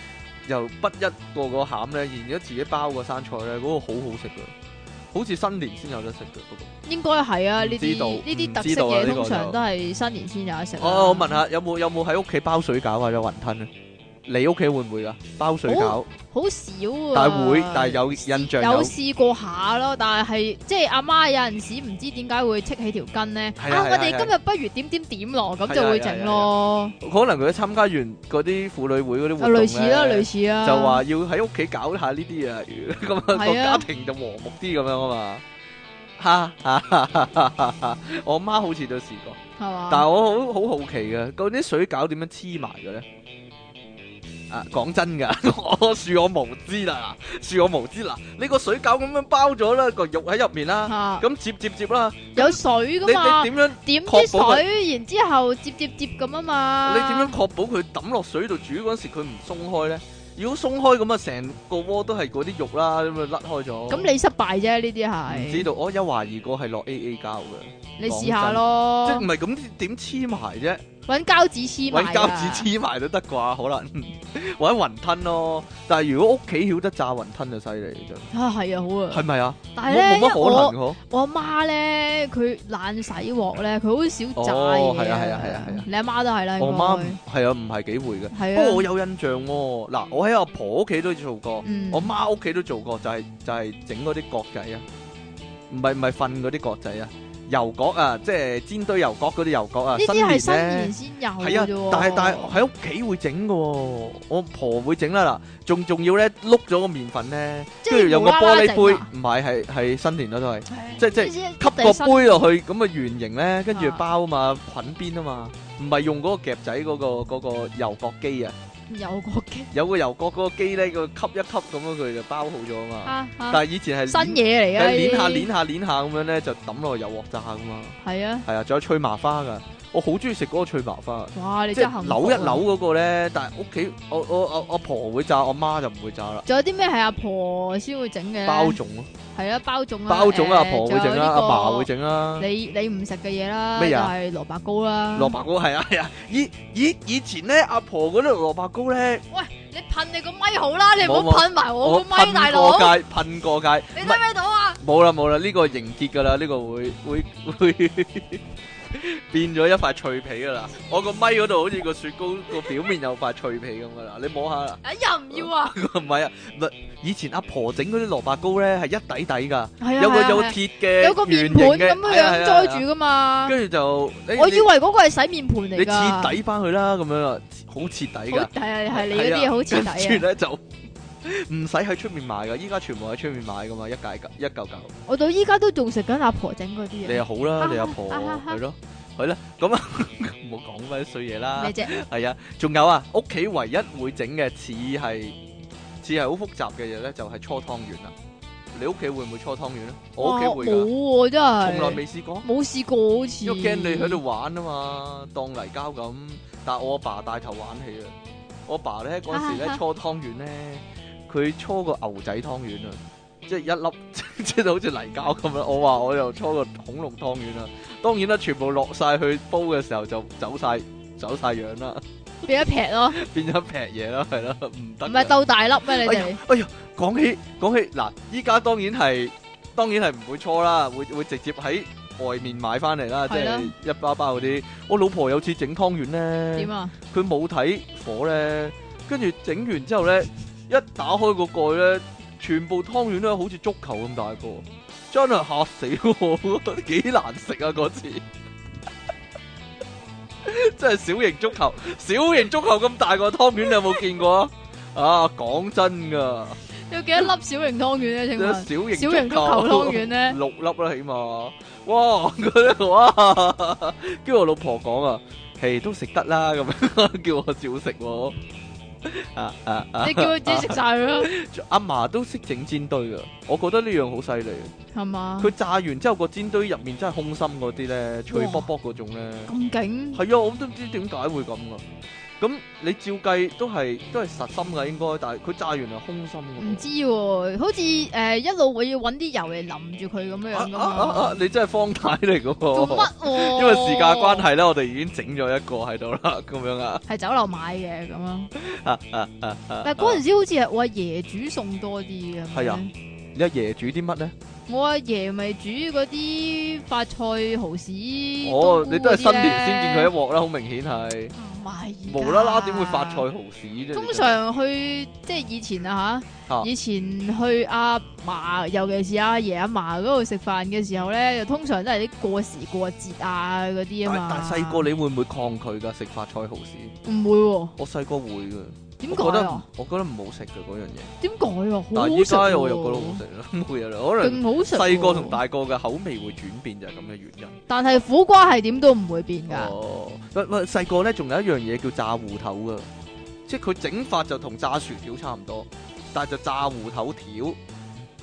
又滗一個個餡咧，然之後自己包個生菜咧，嗰、個好好食㗎，好似新年先有得食嘅嗰個。
應該係啊，
唔
呢
知道
啲呢
唔
啲特
知
色
道啊
嘢
呢個
通
就
常都係新年先有得食啊。
哦我我問下有冇有冇喺屋企包水餃或者雲吞啊？你屋企會唔會噶包水餃？
好少啊，
但係會，但係有印象有
有試過下咯，但係即係阿媽有陣時唔知點解會戚起條筋咧。
係
啊，
啊係啊
我哋今日不如點點點咯，
係啊
咁就會整咯，
可能佢參加完嗰啲婦女會嗰
啊
啲活動
類似啦，類
咧，
似啊啦，
就話要喺屋企搞下呢啲啊， 咁啊個
係
家
啊
庭就和睦啲咁樣啊嘛。哈哈哈哈哈哈！我媽好似都試過，
係嘛？
但係我好好好奇嘅，究竟啲水餃點樣黐埋嘅咧？啊，講真噶， 我恕我無知啦，恕我無知啦！你個水餃咁樣包咗啦，個肉喺入面啦。
嚇
咁接接接啦，
有水
你
噶嘛？
你點樣？
點
確保
啲水，然之後接接接咁啊嘛。
你點樣確保佢抌落水度煮嗰時佢唔鬆開咧？如果鬆開咁啊，成個鍋都係嗰啲肉啦，咁啊甩開咗。
咁你失敗啫，呢啲
唔知
係。
道，我有懷疑過係落 A A 膠嘅，
你試下咯
即，係唔係咁點黐埋啫？
揾膠紙黐
揾
埋。啊
膠紙。黐埋都得啩？可能 或者雲吞咯。但係如果屋企曉得炸雲吞就犀利真係，
啊，係啊，好
係
啊。
咪啊？
但係
冇
咧，
冇
因為
乜
我
可能嗬？
我阿媽咧，佢懶洗鑊咧，佢好少炸
哦
嘢。
係啊係啊係啊係啊
你阿媽都係啦，
我
應該
媽唔係啊，唔係幾會嘅。
係
不
啊。
過我有印象喎，嗱，我喺阿婆屋企都做過。
嗯，
我媽屋企都做過，就係、就係整嗰啲角仔啊，唔係唔係瞓嗰啲角仔啊，油角啊，即係煎堆油角嗰啲油角啊，
呢啲係新
年
年
呢。
先有
係啊
嘅啫喎。，
但係但係喺屋企會整嘅喎，我婆會整啦嗱，仲仲要咧碌咗個麵粉咧，
即係
跟住有個
無啦啦
玻璃
整
杯，
啊
唔係係係新年啦都係，
唉
即係即係
呢啲
吸個
第新
杯落去咁嘅圓形咧，跟住
啊
包啊嘛，捆邊啊嘛，唔係用嗰個夾仔嗰、個嗰、個油角機啊，
有個機
有個油角嗰個機咧，個吸一吸咁樣佢就包好咗啊
啊
嘛。
啊，
但係以前係
新
攣
嘢嚟嘅，
係攣下
呢啲
攣下攣下咁樣咧，就抌落油鑊炸噶嘛。
係啊，
係啊，仲有脆麻花噶，我好中意食嗰個脆麻花，
哇！你
即
真係
係
幸
扭一
福啊。
扭嗰個咧。但係屋企我我我阿婆會炸，我媽就唔會炸啦。
仲有啲咩係阿婆先會整嘅咧？
包粽咯，
係啊，包粽啊，
包粽
誒
阿婆會整啦，阿嫲。
仲有呢
會
個
整啦。
你你唔食嘅嘢啦，
咩
就
啊
係蘿蔔糕啦。
蘿蔔糕係啊係啊，以以以前咧阿婆嗰啲蘿蔔糕咧，
你噴你個咪好啦，你唔好
冇冇
噴埋我個咪，大
噴
佬
過。街，噴過街，
你
唔
睇
係
唔睇到啊？
冇啦冇啦，呢個凝結㗎啦，呢個會會會 變咗一塊脆皮㗎啦。我個咪嗰度好似個雪糕個表面有塊脆皮咁㗎啦，你摸下啦。
哎呀，唔要啊！
唔係啊，唔係以前阿婆整嗰啲蘿蔔糕咧係一底底㗎，
係啊，
有個
係啊
有
係啊
鐵嘅
有個面
圓
盤
形嘅
咁樣樣載住，噶嘛
係啊係啊係啊。跟住就你
我
你
以為嗰個係洗面盤嚟㗎。
你徹底翻佢啦，咁樣啊，好徹底㗎。
好係係你嗰啲嘢好似
跟
底啊！
住咧就 唔使喺出面買噶，依家全部喺出面買噶嘛，一嚿嚿一嚿嚿，
我到依家都仲食緊阿婆整嗰啲
你
嘢。
又好啦，
啊
你阿婆
啊啊啊
係咯，係啦，咁啊 唔好講咩衰嘢啦
咩，啫？
係啊，仲有啊，屋企唯一會整嘅似係似係好複雜嘅嘢咧，就係搓湯圓啦。你屋企會唔會搓湯圓咧？我屋企會㗎，
哦哇冇喎，真係
從來未試過，
冇試過好似。
因為驚你喺度玩啊嘛，當泥膠咁。但我阿爸帶頭玩起啊，我阿爸咧嗰陣時
啊
咧搓湯圓咧，佢搓個牛仔湯圓啊，即係一粒 即係好似泥膠咁樣。我話我又搓個恐龍湯圓啊，當然啦，全部落晒去煲嘅時候就走晒走晒樣啦，
俾一劈咯，
變咗劈嘢啦，係啦，唔得
唔
㗎。
係鬥大粒咩？啊你
哎
哋
哎呀，講起講起嗱，依家當然係當然係唔會搓啦，會會直接喺外面買翻嚟啦，即
係啦
係一包包嗰啲。我老婆有次整湯圓咧
點，啊？
佢冇睇火咧，跟住整完之後咧，一打開個蓋咧，全部湯圓咧好似足球咁大個，真係嚇死我，幾難食啊嗰次！ 真係小型足球，小型足球咁大個湯圓，你有冇見過啊？啊，講真噶，
有幾多粒小型湯圓咧？請問
小型
小型足球湯圓咧？
六粒啦，起碼，哇！嗰啲哇，跟住我老婆講啊，係都食得啦，咁樣 叫我照食喎。啊啊啊！
你叫佢自己食晒佢咯，
阿嫲都識整煎堆噶，我覺得呢樣好犀利。
係 嘛？
佢炸完之後個煎堆入面真係空心嗰啲咧，脆卜卜嗰種咧，
咁勁，
係啊，我都唔知點解會咁噶。咁你照計都係都係實心噶應該，但係佢炸完係空心㗎喎
唔知喎，好似誒一路我要揾啲油嚟淋住佢咁樣樣噶
啊啊啊啊
嘛？
你真係方太嚟噶喎！
做乜喎？
因為時間關，係咧，我哋已經整咗一個喺度啦，咁樣啊，
係酒樓買嘅咁咯。
啊啊啊啊！
但係嗰陣時好似係我阿爺煮餸多啲嘅。
係啊，你阿爺煮啲乜咧？
我阿爺咪煮嗰啲發菜蠔豉。冬
哦，
菇
你都係
嗰啲
新年先見佢
咧
一鑊啦，好明顯係
唔係㗎
無啦啦點會發菜蠔豉啫？
通常去即係以前啊
啊
吓，以前去阿嫲，尤其是阿爺阿嫲嗰度食飯嘅時候咧，就通常都係啲過時過節啊嗰啲
但
啊嘛。
但細個你會唔會抗拒㗎食發菜蠔豉？
唔會喎？
我細個會㗎，
點
我覺
解
得唔
啊？
我覺得唔好食㗎嗰樣嘢，
點解啊？好
但
好
係依
食
家
喎
我又覺得好食啦，冇嘢啦，可
勁
能
好食喎。
細個同大個嘅口味會轉變就係咁嘅原因。
但係苦瓜係點都唔會變㗎。
哦，喂喂，細個咧仲有一樣嘢叫炸芋頭噶，即係佢整法就同炸薯條差唔多，但係就炸芋頭條，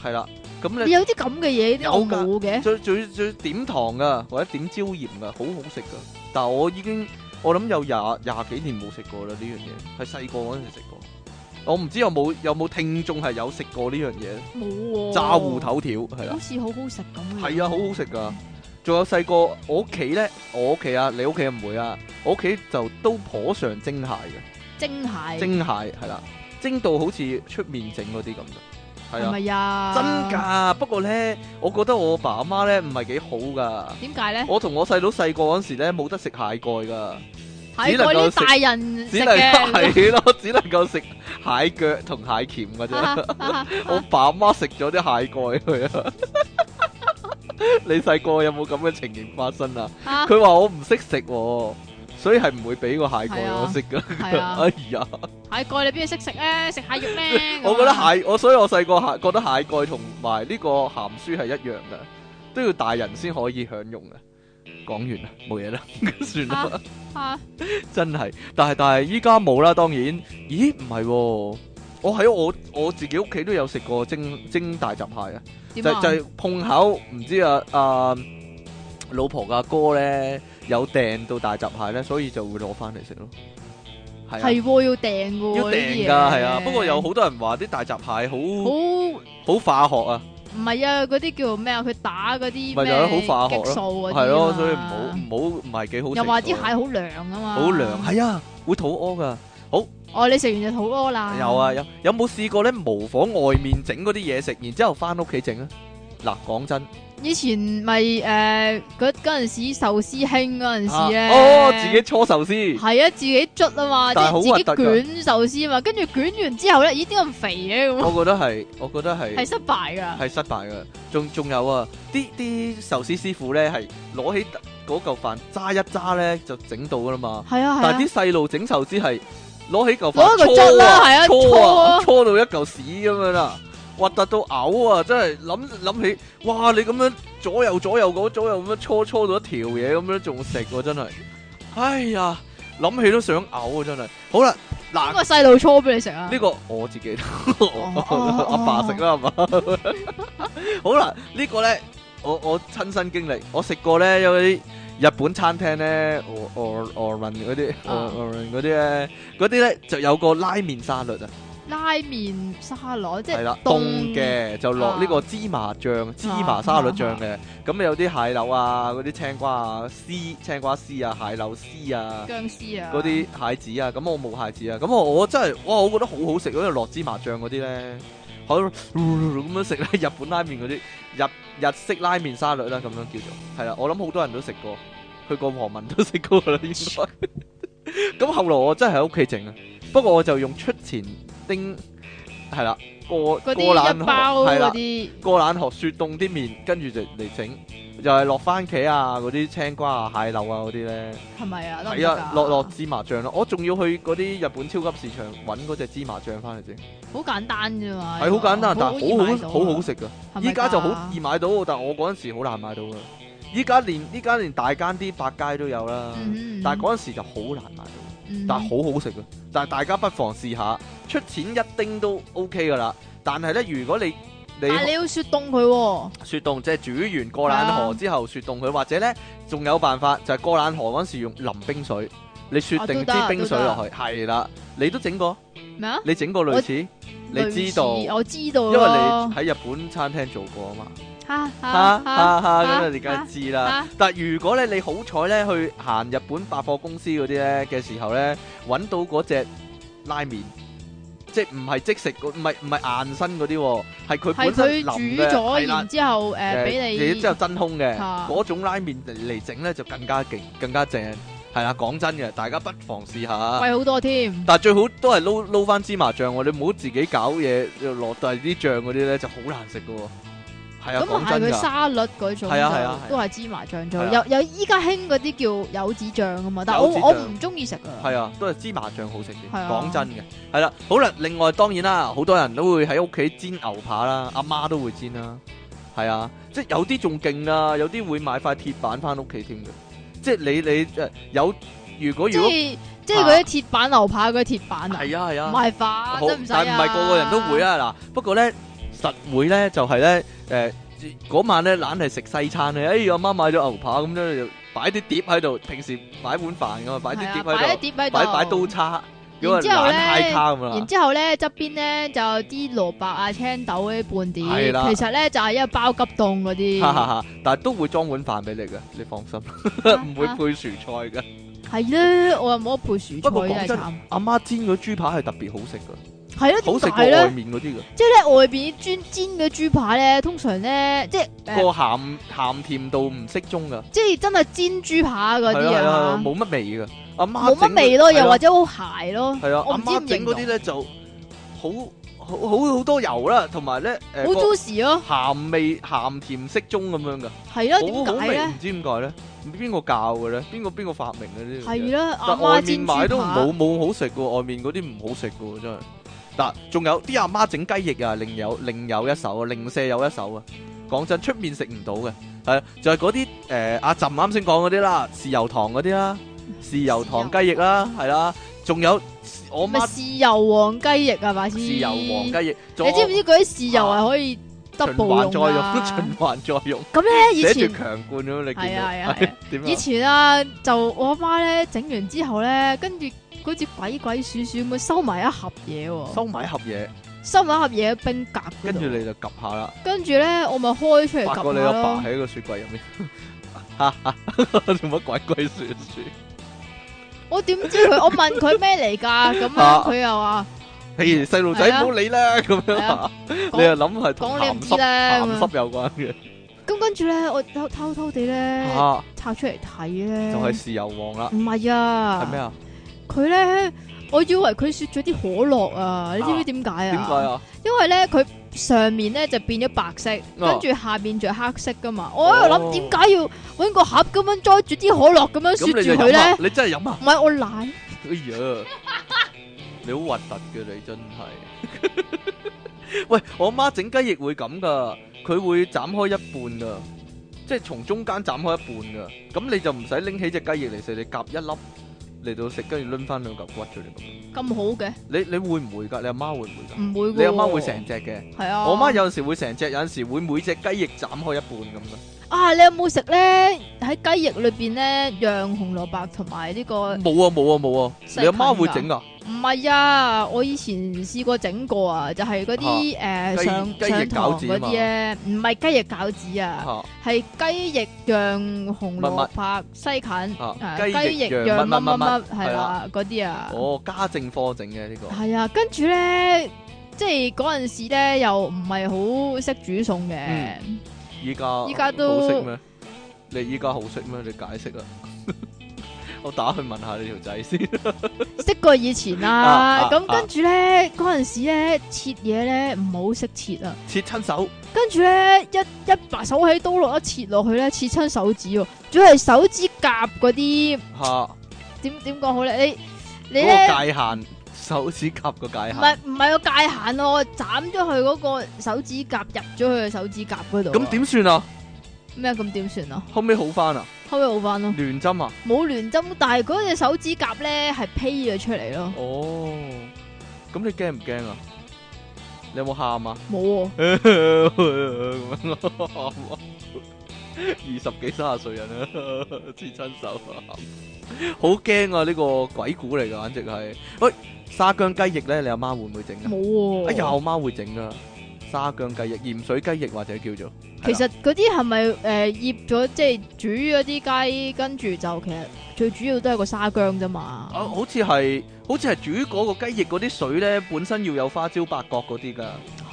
係啦。咁
你
你
有啲咁嘅嘢，啲我
有㗎
冇嘅。
最最最點糖噶，或者點椒鹽噶，好好食噶。但係我已經我諗有廿廿幾年冇食過啦呢樣嘢，係細個嗰陣時食過。我唔知有冇有冇聽眾係有食過呢樣嘢，
冇喎。
炸芋頭條係啦
好。似好好食咁。
係啊，好好食噶。仲有細個，我屋企咧，我屋企啊，你屋企唔會啊，我屋企就都頗常蒸蟹嘅，
蒸蟹。
蒸蟹係啦，蒸到好似出面整嗰啲咁嘅，係
係
啊，
咪呀？
真。㗎。不過咧，我覺得我爸媽咧唔係幾好噶。
點解咧？
我同我細佬細個嗰時咧冇得食蟹蓋噶，
係嗰啲大人食
只 能
嘅。
係咯，只能夠食蟹腳同蟹鉗㗎
啊
啫。我爸媽食咗啲蟹蓋佢啊！你細個有冇咁嘅情形發生啊？
啊
佢話我唔識食喎，所以係唔會俾個蟹
係
蓋
啊
我食噶。
係啊
哎呀，？
蟹蓋你邊度識食咧？食蟹肉咩
我覺得蟹我，所以我細個蟹覺得蟹蓋同埋呢個鹹書係一樣嘅，都要大人先可以享用嘅。講完啦，冇嘢啦， 算啦。
吓吓
真係，但係但係依家冇啦，當然。咦，唔係喎，我喺我我自己屋企都有食過蒸蒸大閘蟹啊，就
點
就
啊？
係碰巧唔知啊啊老婆嘅阿哥咧有訂到大閘蟹咧，所以就會攞翻嚟食咯。係啊，
係喎，要訂噶喎，
要訂㗎，係啊。不過有好多人話啲大閘蟹
好
好
唔
好化學啊，
係啊，嗰啲叫咩啊？佢打嗰啲
咪就係
咩
咯好化學咯
激素嗰啲啊
係咯，所以唔好唔好唔係幾好食喎。
又話啲蟹好涼啊嘛，
好涼，係啊，會肚屙㗎。
哦，你食完就肚屙啦。
有啊，有有冇試過咧模仿外面整嗰啲嘢食，然之後翻屋企整啊？嗱，講真，
以前咪誒嗰嗰陣時壽司興嗰陣時咧，
啊哦，自己搓 壽司，
係啊，自己捽啊嘛，即
但係好
係自己
核突㗎
捲壽司啊嘛，跟住捲完之後咧，咦點解咁肥嘅咁？
我覺得係，我覺得
係
係
失敗㗎，
係失敗嘅。仲仲有啊，啲啲壽司師傅咧係攞起嗰嚿飯揸一揸咧就整到噶啦嘛，
係啊係
但
啊
係啲，細路整壽司係攞起
攞
嚿飯
一個捽啦係啊
搓啊
搓啊
搓到一嚿屎咁樣啦，核突到嘔啊！真係諗諗起，哇！你咁樣左右左右嗰左右咁樣搓搓到一條嘢咁樣仲食喎，真係，哎呀，諗起都想嘔啊！真係，好啦，
邊
嗱。
個細路搓俾你食啊
呢？個 我自己
哦哦
阿爸食啦，係嘛？ 好啦，呢個咧，我我親身經歷，我食過咧有啲日本餐廳咧，我我我問嗰啲，我
啊
我問嗰啲咧，嗰啲咧就有個拉麵沙律啊，
拉麵沙律即
係
係
啦，凍
凍啊
嘅就落呢個芝麻醬、芝麻沙律醬嘅，咁有啲蟹柳啊，嗰啲青瓜啊、絲青瓜絲啊、蟹柳絲啊。
僵屍啊，
嗰啲蟹子啊，咁我冇蟹子啊，咁我我真係，哇！我覺得好好食嗰啲落芝麻醬嗰啲咧，好咁樣食咧，日本拉麵嗰啲日日式拉麵沙律啦，咁樣叫做係啦，我諗好多人都食過，去過黃文都食過啦，應該。咁後來我真係喺屋企整啊，不過我就用出前丁係啦，過
嗰
過
啲
冷
一
河
包
係
嗰
啦。
啲
過冷河雪凍啲麵，跟住就嚟整，又係落番茄啊，嗰啲青瓜啊、蟹柳啊嗰啲咧。
係咪啊？得唔
係
得
啊，
㗎
落落芝麻醬咯，我仲要去嗰啲日本超級市場揾嗰只芝麻醬翻嚟整，
好簡單啫嘛，
係好簡單，但
啊易買
係
到啊
好好好好食噶。
係咪
依家就好啊
㗎
易買到，但係我嗰陣時好難買到噶。依家連依家連大間啲百佳都有啦，
嗯嗯
但係嗰陣時就好難買到，
嗯
但係好好食噶。但係大家不妨試下，出錢一丁都 OK 噶啦。但係咧，如果你你
但係你要雪凍佢喎，
雪凍即係煮完過冷河之後雪凍佢，或者咧仲有辦法就係過冷河嗰陣時用淋冰水，你雪
啊
定
都
支
得啊
冰水落去，係啦，你都整過，
咩啊？
你整過類似，你知道，
類似
因
我哦知道
為
咯
你喺日本餐廳做過啊嘛，
哈
哈
哈哈
哈哈，咁啊
哈
你梗係知啦。
哈
但如果咧你好彩咧去行日本百貨公司嗰啲咧嘅時候咧，揾到嗰只拉麵，即係唔係即食嗰，唔係唔係硬身嗰啲喎，係
係
佢本身
佢
淋
煮
嘅，係
咗，
啦
然。之後
誒
誒俾
然
你
之後真空嘅
嚇
嗰種拉麵嚟嚟整咧就更加勁，更加正。係啦，講真嘅，大家不妨試下。
貴好多添，
但係最好都係撈撈翻芝麻醬喎，你唔好自己搞嘢又落第二啲醬嗰啲咧就好難食嘅喎。係啊，
咁
講
係
真
佢
㗎，
沙律嗰種
係啊係啊係啊
就都係芝麻醬做，
係啊
有有依家興嗰啲叫柚子醬啊嘛，但係
柚
我
子醬
我唔中意食啊，
係啊，都係芝麻醬好食啲。
係啊
講真嘅，係啦。好啦，另外當然啦，好多人都會喺屋企煎牛扒啦，阿媽都會煎啦。係啊，即係有啲仲勁啊，有啲會買塊鐵板翻屋企添嘅。即係你你誒有，如果
即
如果
係即係嗰啲鐵板牛扒嗰啲鐵板啊，
係啊係啊
唔。係飯
好，
真唔使
但唔係個個人都會，啊。嗱，不過咧實會咧就係咧誒嗰晚咧懶係食西餐咧，哎阿媽買咗牛扒咁咧就擺啲碟喺度，平時買碗飯噶嘛，擺啲
係啊
碟喺
擺啲
度，
碟喺度，
擺擺刀。叉，啊
然
咁啊
之後
懶
咧
太卡咁
然
啦。
之後咧，側邊咧就有啲蘿蔔啊、青豆嗰啲半碟，
係啦
其實咧就係一包急凍嗰
哈哈
啲，
哈！但係都會裝碗飯俾你嘅，你放 心，唔會配薯菜嘅。
係啦，我又冇得配薯
不過講
菜真
真
係慘，
阿媽煎嗰豬扒係特別好食嘅，
係咯，
好食
點
過
解
外
咧？
面嗰啲嘅。
即係咧外邊煎煎嘅豬扒咧，通常咧即係誒，
個鹹鹹甜度唔適中㗎，
即係真係煎豬扒嗰
係啊
啲
係啊，
啊，
冇乜味㗎。阿媽
冇乜
整
味咯，
係
又
啊
或者好鞋咯，
係啊，
我
阿
唔知
媽整嗰啲咧就好好好好多油啦，同埋咧
好
誒
juicy 咯，
鹹味鹹甜適中咁樣噶，
係咯，
好
點
好
解
味
咧
唔？知點解咧？邊個教嘅咧？邊個邊個發明嘅呢樣嘢？
係啦，阿
但外
媽
面
煎
買
豬
都
扒
冇冇好食嘅喎，外面嗰啲唔好食嘅喎，真係。嗱，仲有啲阿媽整雞翼啊，另有另有一手啊，另舍有一手啊，講真，出面食唔到嘅，係啊就係嗰啲誒阿朕啱先講嗰啲啦，豉油糖嗰啲啦，豉油糖雞翼啦，係啦，仲有我
咪
媽
豉油黃雞翼啊，咪先。
豉油黃雞翼，仲
你知唔知嗰啲豉油係可以
有
double
循
用
環
啊
再用， 循環再用，
咁咧以
寫
前
住強冠咁，你
係啊
見到
係 啊係啊，
點
以
啊？
前啊就我阿媽咧整完之後咧，跟住好似鬼鬼祟祟咁收埋一盒嘢喎，
收埋一盒嘢，
收埋一盒嘢喺冰格嗰
跟
度
住你就 𥄫 下啦，
跟住咧我咪開出嚟
發覺
及
你
下
阿爸
咯。
喺個雪櫃入面， 哈哈做乜鬼鬼祟祟？
啊我點知佢？我問佢咩嚟 㗎？咁
啊
樣佢又話
譬如細路仔
係啊
唔好理啦，咁樣
係啊
啊， 你又諗係同
講你唔
鹹
知
濕
咧咁
鹹
樣。
濕有關嘅
咁跟住咧，我偷偷偷地咧
嚇，
拆出嚟睇咧，
啊就係豉油王啦，
唔係啊？
係咩？啊？
佢咧，我以為佢雪咗啲可樂啊！你知唔知點解啊？
點解？啊？
因為咧，佢上面咧就變咗白色，跟住下面就黑色噶嘛。我喺
啊哦
度諗點解要揾個盒咁樣裝住啲可樂咁樣雪
咁你就
住佢
飲啊
咧？？
你真係飲啊？
唔係我奶，
哎呀，你好核突嘅你真 係。喂，我媽整雞翼會咁噶，佢會斬開一半噶，即係從中間斬開一半噶，咁你就唔使拎起只雞翼嚟食，你夾一粒嚟到食，跟住攆翻兩嚿骨出嚟咁。
咁好嘅，
你你會唔會㗎？你阿媽會唔會㗎？
唔會喎
你阿媽會成隻嘅。
係啊。
我媽有陣時會成隻，有陣時會每隻雞翼斬開一半咁嘅。
啊，你有冇食咧？喺雞翼裏邊咧，釀紅蘿蔔同埋呢個
冇啊冇啊冇啊！
細
你阿
菌
媽
㗎
會整啊？
唔係啊！我以前試過整過啊，就係嗰啲誒
雞
上
雞翼
上
餃
堂
子啊
嗰
嘛
啲咧，唔係雞翼餃子啊。
嚇
系雞翼釀紅蘿蔔西芹，
啊
誒
雞
雞
翼
翼
釀
釀
乜
乜乜
乜乜
乜係啦
係啦，
嗰啲啊，
哦，家政科整嘅呢個。
係啊，跟住咧，即係嗰陣時咧又唔係好識煮餸
嗯
嘅，
依家
依家都
好識咩？你依家好識咩？你解釋啊！ 我打去問下你條仔先。
識過以前
啊啊
啦，咁跟住咧嗰陣時咧切嘢咧唔好識切啊，
切親手，
跟住咧一一把手喺刀落一切落去咧，切親手指喎，仲要係手指甲嗰啲
嚇
點點講好咧？你你
嗰
咧？
個界限，手指甲個界
唔
限。
係唔係個界限咯，我斬咗佢嗰個手指甲入咗佢嘅手指甲嗰度啊。
咁點算啊？
咩？咁點算啊？
後尾好翻啊？
後尾好翻咯，
亂針啊？
冇亂針，但係嗰隻手指甲咧係披咗出嚟咯，
哦，咁你驚唔驚啊？你有冇喊啊？
冇喎。
咁樣咯，二十幾三十歲人啊， 黐親手啊，好驚啊！呢個鬼故嚟噶，簡直係。喂，沙姜雞翼咧，你阿媽會唔會整啊？
冇喎。
哎呀，我媽會整啊，沙姜雞翼、鹽水雞翼或者叫做
其實嗰啲係咪诶醃咗即係煮咗啲雞，跟住就其實最主要都係個沙姜啫
啊，
嘛。
好似係好似係煮嗰個雞翼嗰啲水咧，本身要有花椒八角嗰啲噶，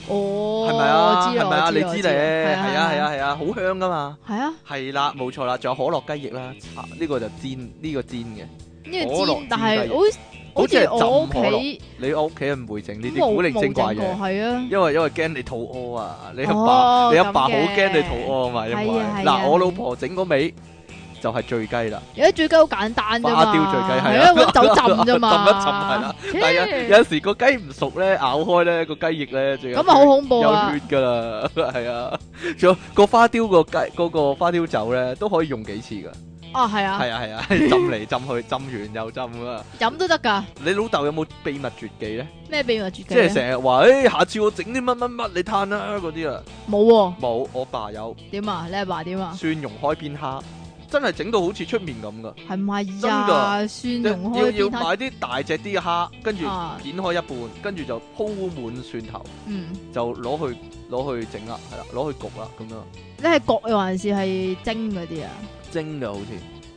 哦，
係咪啊？
我知啦
係咪啊？
我
你
我
知咧，係啊係啊
啊，
係啊，好香噶嘛。
係啊，
係啦，冇錯啦，仲有可樂雞翼啦，啊呢個就煎呢個煎嘅。
呢
可
個
樂
煎，但
煎
係
雞
好
好
好
似係
似我屋
浸可樂
企
你屋企人唔會整呢啲
冇
古靈
冇
精
整過，
怪嘢，
係啊。
因為因為驚你肚屙啊！你阿爸
哦
你阿爸好
咁嘅
驚你肚屙啊嘛，因為
係啊係啊
嗱我老婆整嗰味就係醉雞啦，
而家醉雞好簡單啫嘛，
花雕醉雞係
係
啊
啊，揾酒浸啫嘛，
浸但係有有時個雞唔熟咧，咬開咧個雞翼咧，仲
咁
有
啊好恐怖
有
啊！
血㗎啦， 係啊，仲有個花雕個雞嗰個花雕酒咧都可以用幾次㗎，
啊係啊，
係啊 係啊，浸嚟浸去，浸完又浸啊！
飲都得㗎，
你老豆有冇秘密絕技咧？
咩秘密絕技
即係
咧？
成日話誒，下次我整啲乜乜乜你嘆啦嗰啲啊，
冇喎，
冇，我爸有。
點啊？你阿爸點啊？
蒜蓉開邊蝦，真係整到好似出面咁噶，
係咪
真㗎
呀？蒜
即
蓉嗯
係
開
要要
邊
買
攤
啲大隻啲嘅蝦，跟住
啊？
片開一半，跟住就鋪滿蒜頭，
嗯，
就攞去攞去整啦，係啦，攞去焗啦，咁樣
你係焗又還是係蒸嗰啲啊？
蒸嘅好似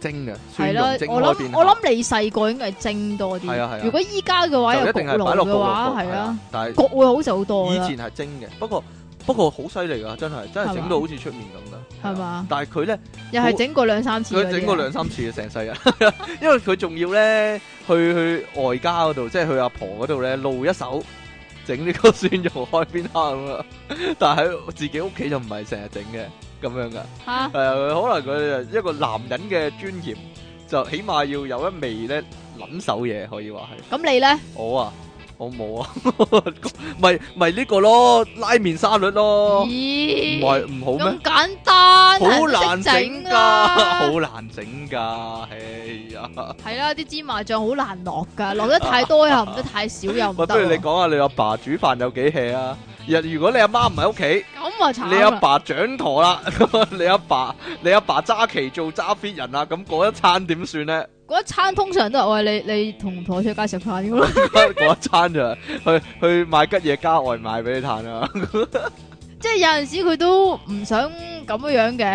蒸嘅蒜
係
蓉蒸
咯，我
開邊
諗我
蝦，
諗你細個應該係蒸多
係啊係啊
啲，如果依家嘅話有
就一定
焗
係擺落
爐
焗
嘅
爐
話
焗
係
係啦
啊，，
但係
焗會好食好多啦
以，前係蒸嘅，不過不過好犀利㗎，真係真
係
係
嘛
整到好似出面咁噶，
係
係啊？
嘛？
但係佢咧。
又係整過兩三次嗰
佢
啲啊
整過兩三次啊，成世人，因為佢仲要咧去去外家嗰度，即係去阿婆嗰度咧露一手，整呢個蒜蓉開邊蝦咁 啊！但係喺自己屋企就唔係成日整嘅咁樣噶，
嚇
係啊，可能佢就一個男人嘅專業，就起碼要有一味咧撚手嘢可以話係。
咁你咧？
我啊，我我冇啊，咪咪呢個咯，拉麵沙律咯，唔
咦，
係唔好咩
咁？簡單，
好難整
整啊
噶，
啦，
好難整噶，哎呀！
係啦，啲芝麻醬好難落㗎，落得太多又 唔得，太少又唔
喂，
得
不如你
喎。
講下你阿爸煮飯有幾 hea 啊？若如果你阿媽唔喺屋企，
咁啊慘
你阿
啦
爸掌舵啦， 你阿爸你阿爸揸旗做揸 fit 人啦，咁嗰一餐點算咧？
嗰一餐通常都係我你你同唔同我出街食飯咁咯，
嗰一餐就去去買吉嘢加外賣俾你 嘆啊啦。
即係有陣時佢都唔想咁樣樣嘅，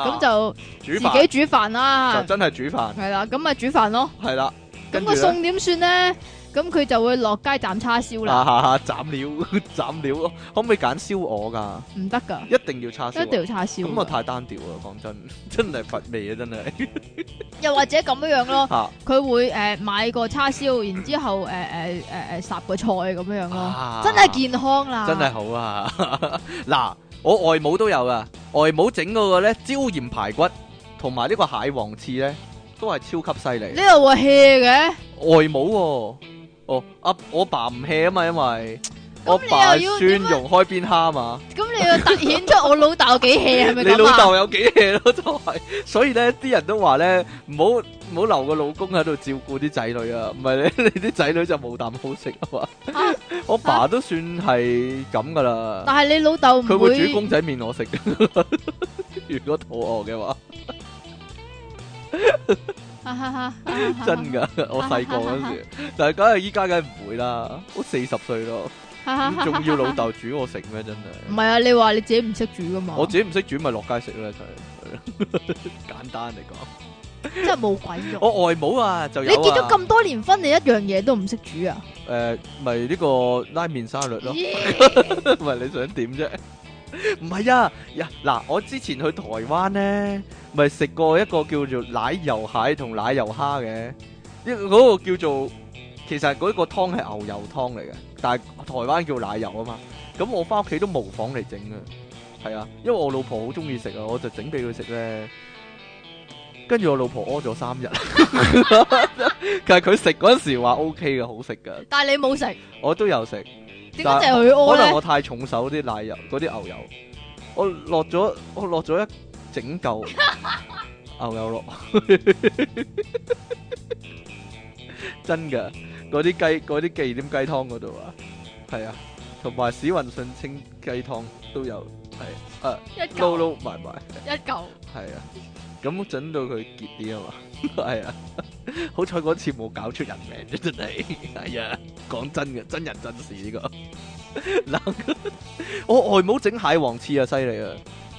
啊
咁就
煮
自
飯
己煮飯
就
啦，
真係煮飯，
係啦，咁咪煮飯咯。
係啦。
咁
跟
個
住咧，
餸點算咧？咁佢就會落街斬叉燒啦，
下下下啊斬料 斬料咯，可唔可以揀燒鵝㗎？
唔得㗎，
一定要叉燒
一定
鵝。
要叉燒㗎。
咁啊太單調啦，講真，真係乏味啊，真係
又或者咁樣樣咯，
嚇
佢會誒、呃、買個叉燒，然之後誒誒誒誒烚個菜咁樣樣咯，
啊
真係健康啦，
真係好啊！ 嗱，我外母都有啊，外母整嗰個咧椒鹽排骨同埋呢個蟹黃翅咧，都係超級犀利。
呢度會 hea 嘅，
外母喎、哦，阿、我爸唔 hea 啊嘛，因為我
咁你
爸
又要
蒜
點啊
蓉開邊蝦啊嘛，
咁你要突顯出我老豆幾 hea 係
你
咪咁
老
啊？
豆有幾 hea 咯，就係、所以咧啲人都話咧，唔好唔好留個老公喺度照顧啲仔女啊，唔係 咧你啲仔女就冇啖好食啊嘛。
啊
我爸都算係咁噶啦。
但係你老豆
佢
唔
會 煮
會，
公仔麵我食， 如果肚餓嘅話，真
真
噶！我
啊
細個嗰時，但係梗係依家梗係唔會啦，我四十歲咯，咁仲要老豆煮我食咩？真
唔
係，
係啊啊？你啊話你自己唔識煮噶嘛？
我自己唔識煮咪落街食啦，就係 係咯簡單嚟講。
真係冇鬼用。
我外母啊就
你
有
結咗
啊，
咁多年婚，你一樣嘢都唔識煮啊？
誒咪呢個拉麵沙律咯，
咦
唔係你想點啫？唔係啊，呀嗱，我之前去台灣咧，咪食過一個叫做奶油蟹同奶油蝦嘅，一嗰個叫做其實嗰個湯係牛油湯嚟嘅，但係台灣叫奶油啊嘛。咁我翻屋企都模仿嚟整嘅，係啊，因為我老婆好中意食啊，我就整俾佢食咧。跟住我老婆屙咗三日， 但係佢食嗰陣時話 O K 嘅，好食噶，
但係你 冇食，
我都有食。
點解就係佢屙
可能
咧？
我太重手啲奶油嗰啲牛油，我落咗我落咗一整嚿牛油落， 真噶嗰啲雞嗰啲忌廉雞湯嗰度啊，係啊，同埋史雲信清雞湯都有，係啊，
一
撈
嚿
撈埋埋。
一嚿。
係啊，咁整到佢結啲啊嘛， 係啊，好彩嗰次冇搞出人命啫，真係， 係啊，講真嘅，真人真事呢、個。 嗱， 我外母整蟹黃翅啊，犀利啊！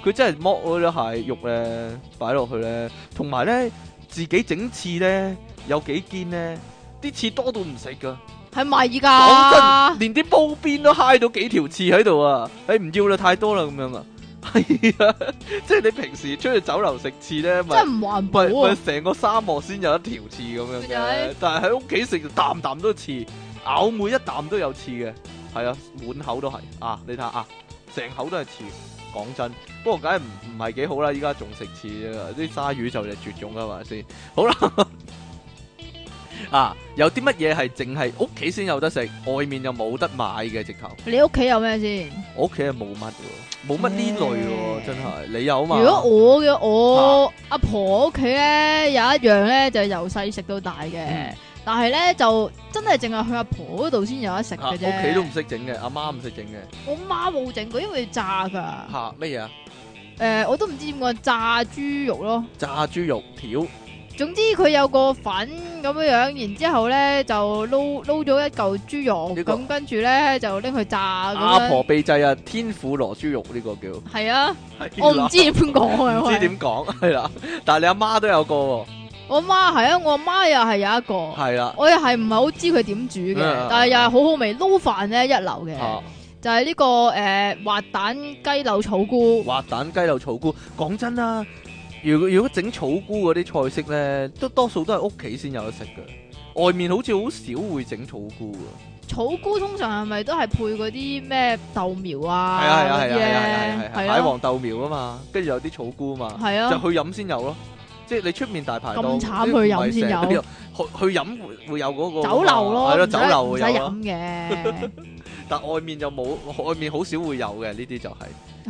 佢真係剝嗰啲蟹肉咧，擺落去咧，同埋咧自己整翅咧，有幾堅咧，啲翅多到唔食噶。
系咪
講
噶
真，？連啲煲邊都揩到幾條刺喺度啊！誒唔要啦，太多啦咁樣啊， 係啊，即係你平時出去酒樓食刺咧，
真
咪
系唔環
咪
保
咪
啊！
成個沙漠先有一條刺咁樣
咪就係
嘅，但係喺屋企食就啖啖都刺，咬每一啖都有刺嘅，係啊，滿口都係啊！你睇下啊，成口都係刺。講真，不過梗係唔唔係幾好啦，依家仲食刺啊！啲鯊魚就嚟絕種啦，係咪先？好啦。 啊，有啲乜嘢係淨係屋企先有得食，外面又冇得買嘅直頭。
你屋企有咩先？
我屋企係冇乜嘅喎，冇乜呢類嘅喎，
嗯
真係。你有
如
嘛？
果我嘅我阿婆屋企咧有一樣咧就由細食到大嘅
嗯，
但係咧就真係淨係去阿婆嗰度先有得食
啊
嘅
屋
啫。
企都唔識整嘅，阿媽唔識整嘅。
我媽冇整過，因為炸㗎。
嚇乜嘢啊？
誒，我都唔知點講炸豬肉咯。
炸豬肉條。
總之佢有個粉咁樣樣，然之後咧就撈撈咗一嚿豬肉，
呢個
咁跟住咧就拎去炸咁
阿
樣。
婆秘製啊，天婦羅豬肉呢個叫，
係啊， 我唔知點 講啊。
唔知
喂
點講係啦，但係你阿媽都有個喎，
我媽係啊，我媽又係有一個，
係啦，
我又係唔係好知佢點煮
啊
嘅，但係又係好好味，撈飯咧一流嘅
嚇，
就係呢個誒滑蛋雞柳草菇，
滑蛋雞柳草菇。講真啦，如果如果整草菇嗰啲菜式咧，都多數都係屋企先有得食嘅，外面好似好少會整草菇嘅。
草菇通常係咪都係配嗰啲咩豆苗啊
係啊係啊
嗰啲
係啊係啊係啊
咧？
係啊，蟹黃豆苗啊嘛，跟住有啲草菇啊嘛，
係
就
啊，
去飲先有咯。即係你出面大排
咁
檔
慘去飲先有
呢啲唔係成日都有去去飲會會有嗰個
酒樓咯，
係咯，
唔使
酒樓
唔
會
使
有啊
飲
咯，
嘅，
但外面就冇，外面好少會有嘅呢啲就係。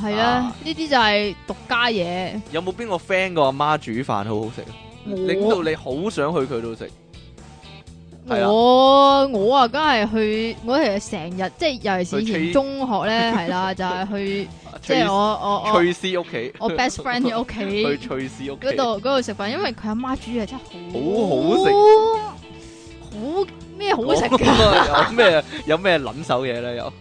係啊
啊，
呢啲就係獨家嘢，
有冇邊個 friend 個阿媽煮飯好好食啊？
我
令到你好想去佢度食，係啊
我我啊，梗係去，我係成日即係尤其是以
去
前
Trace
中學 咧，係啦，就係去即
啊
係我我我
翠絲屋企，
我 best friend 嘅屋
去
企
翠絲屋
嗰
企
度嗰度食飯，因為佢阿媽煮嘢真係好
好
好咩好食
咁
㗎？
啊有咩有咩撚手嘢咧？有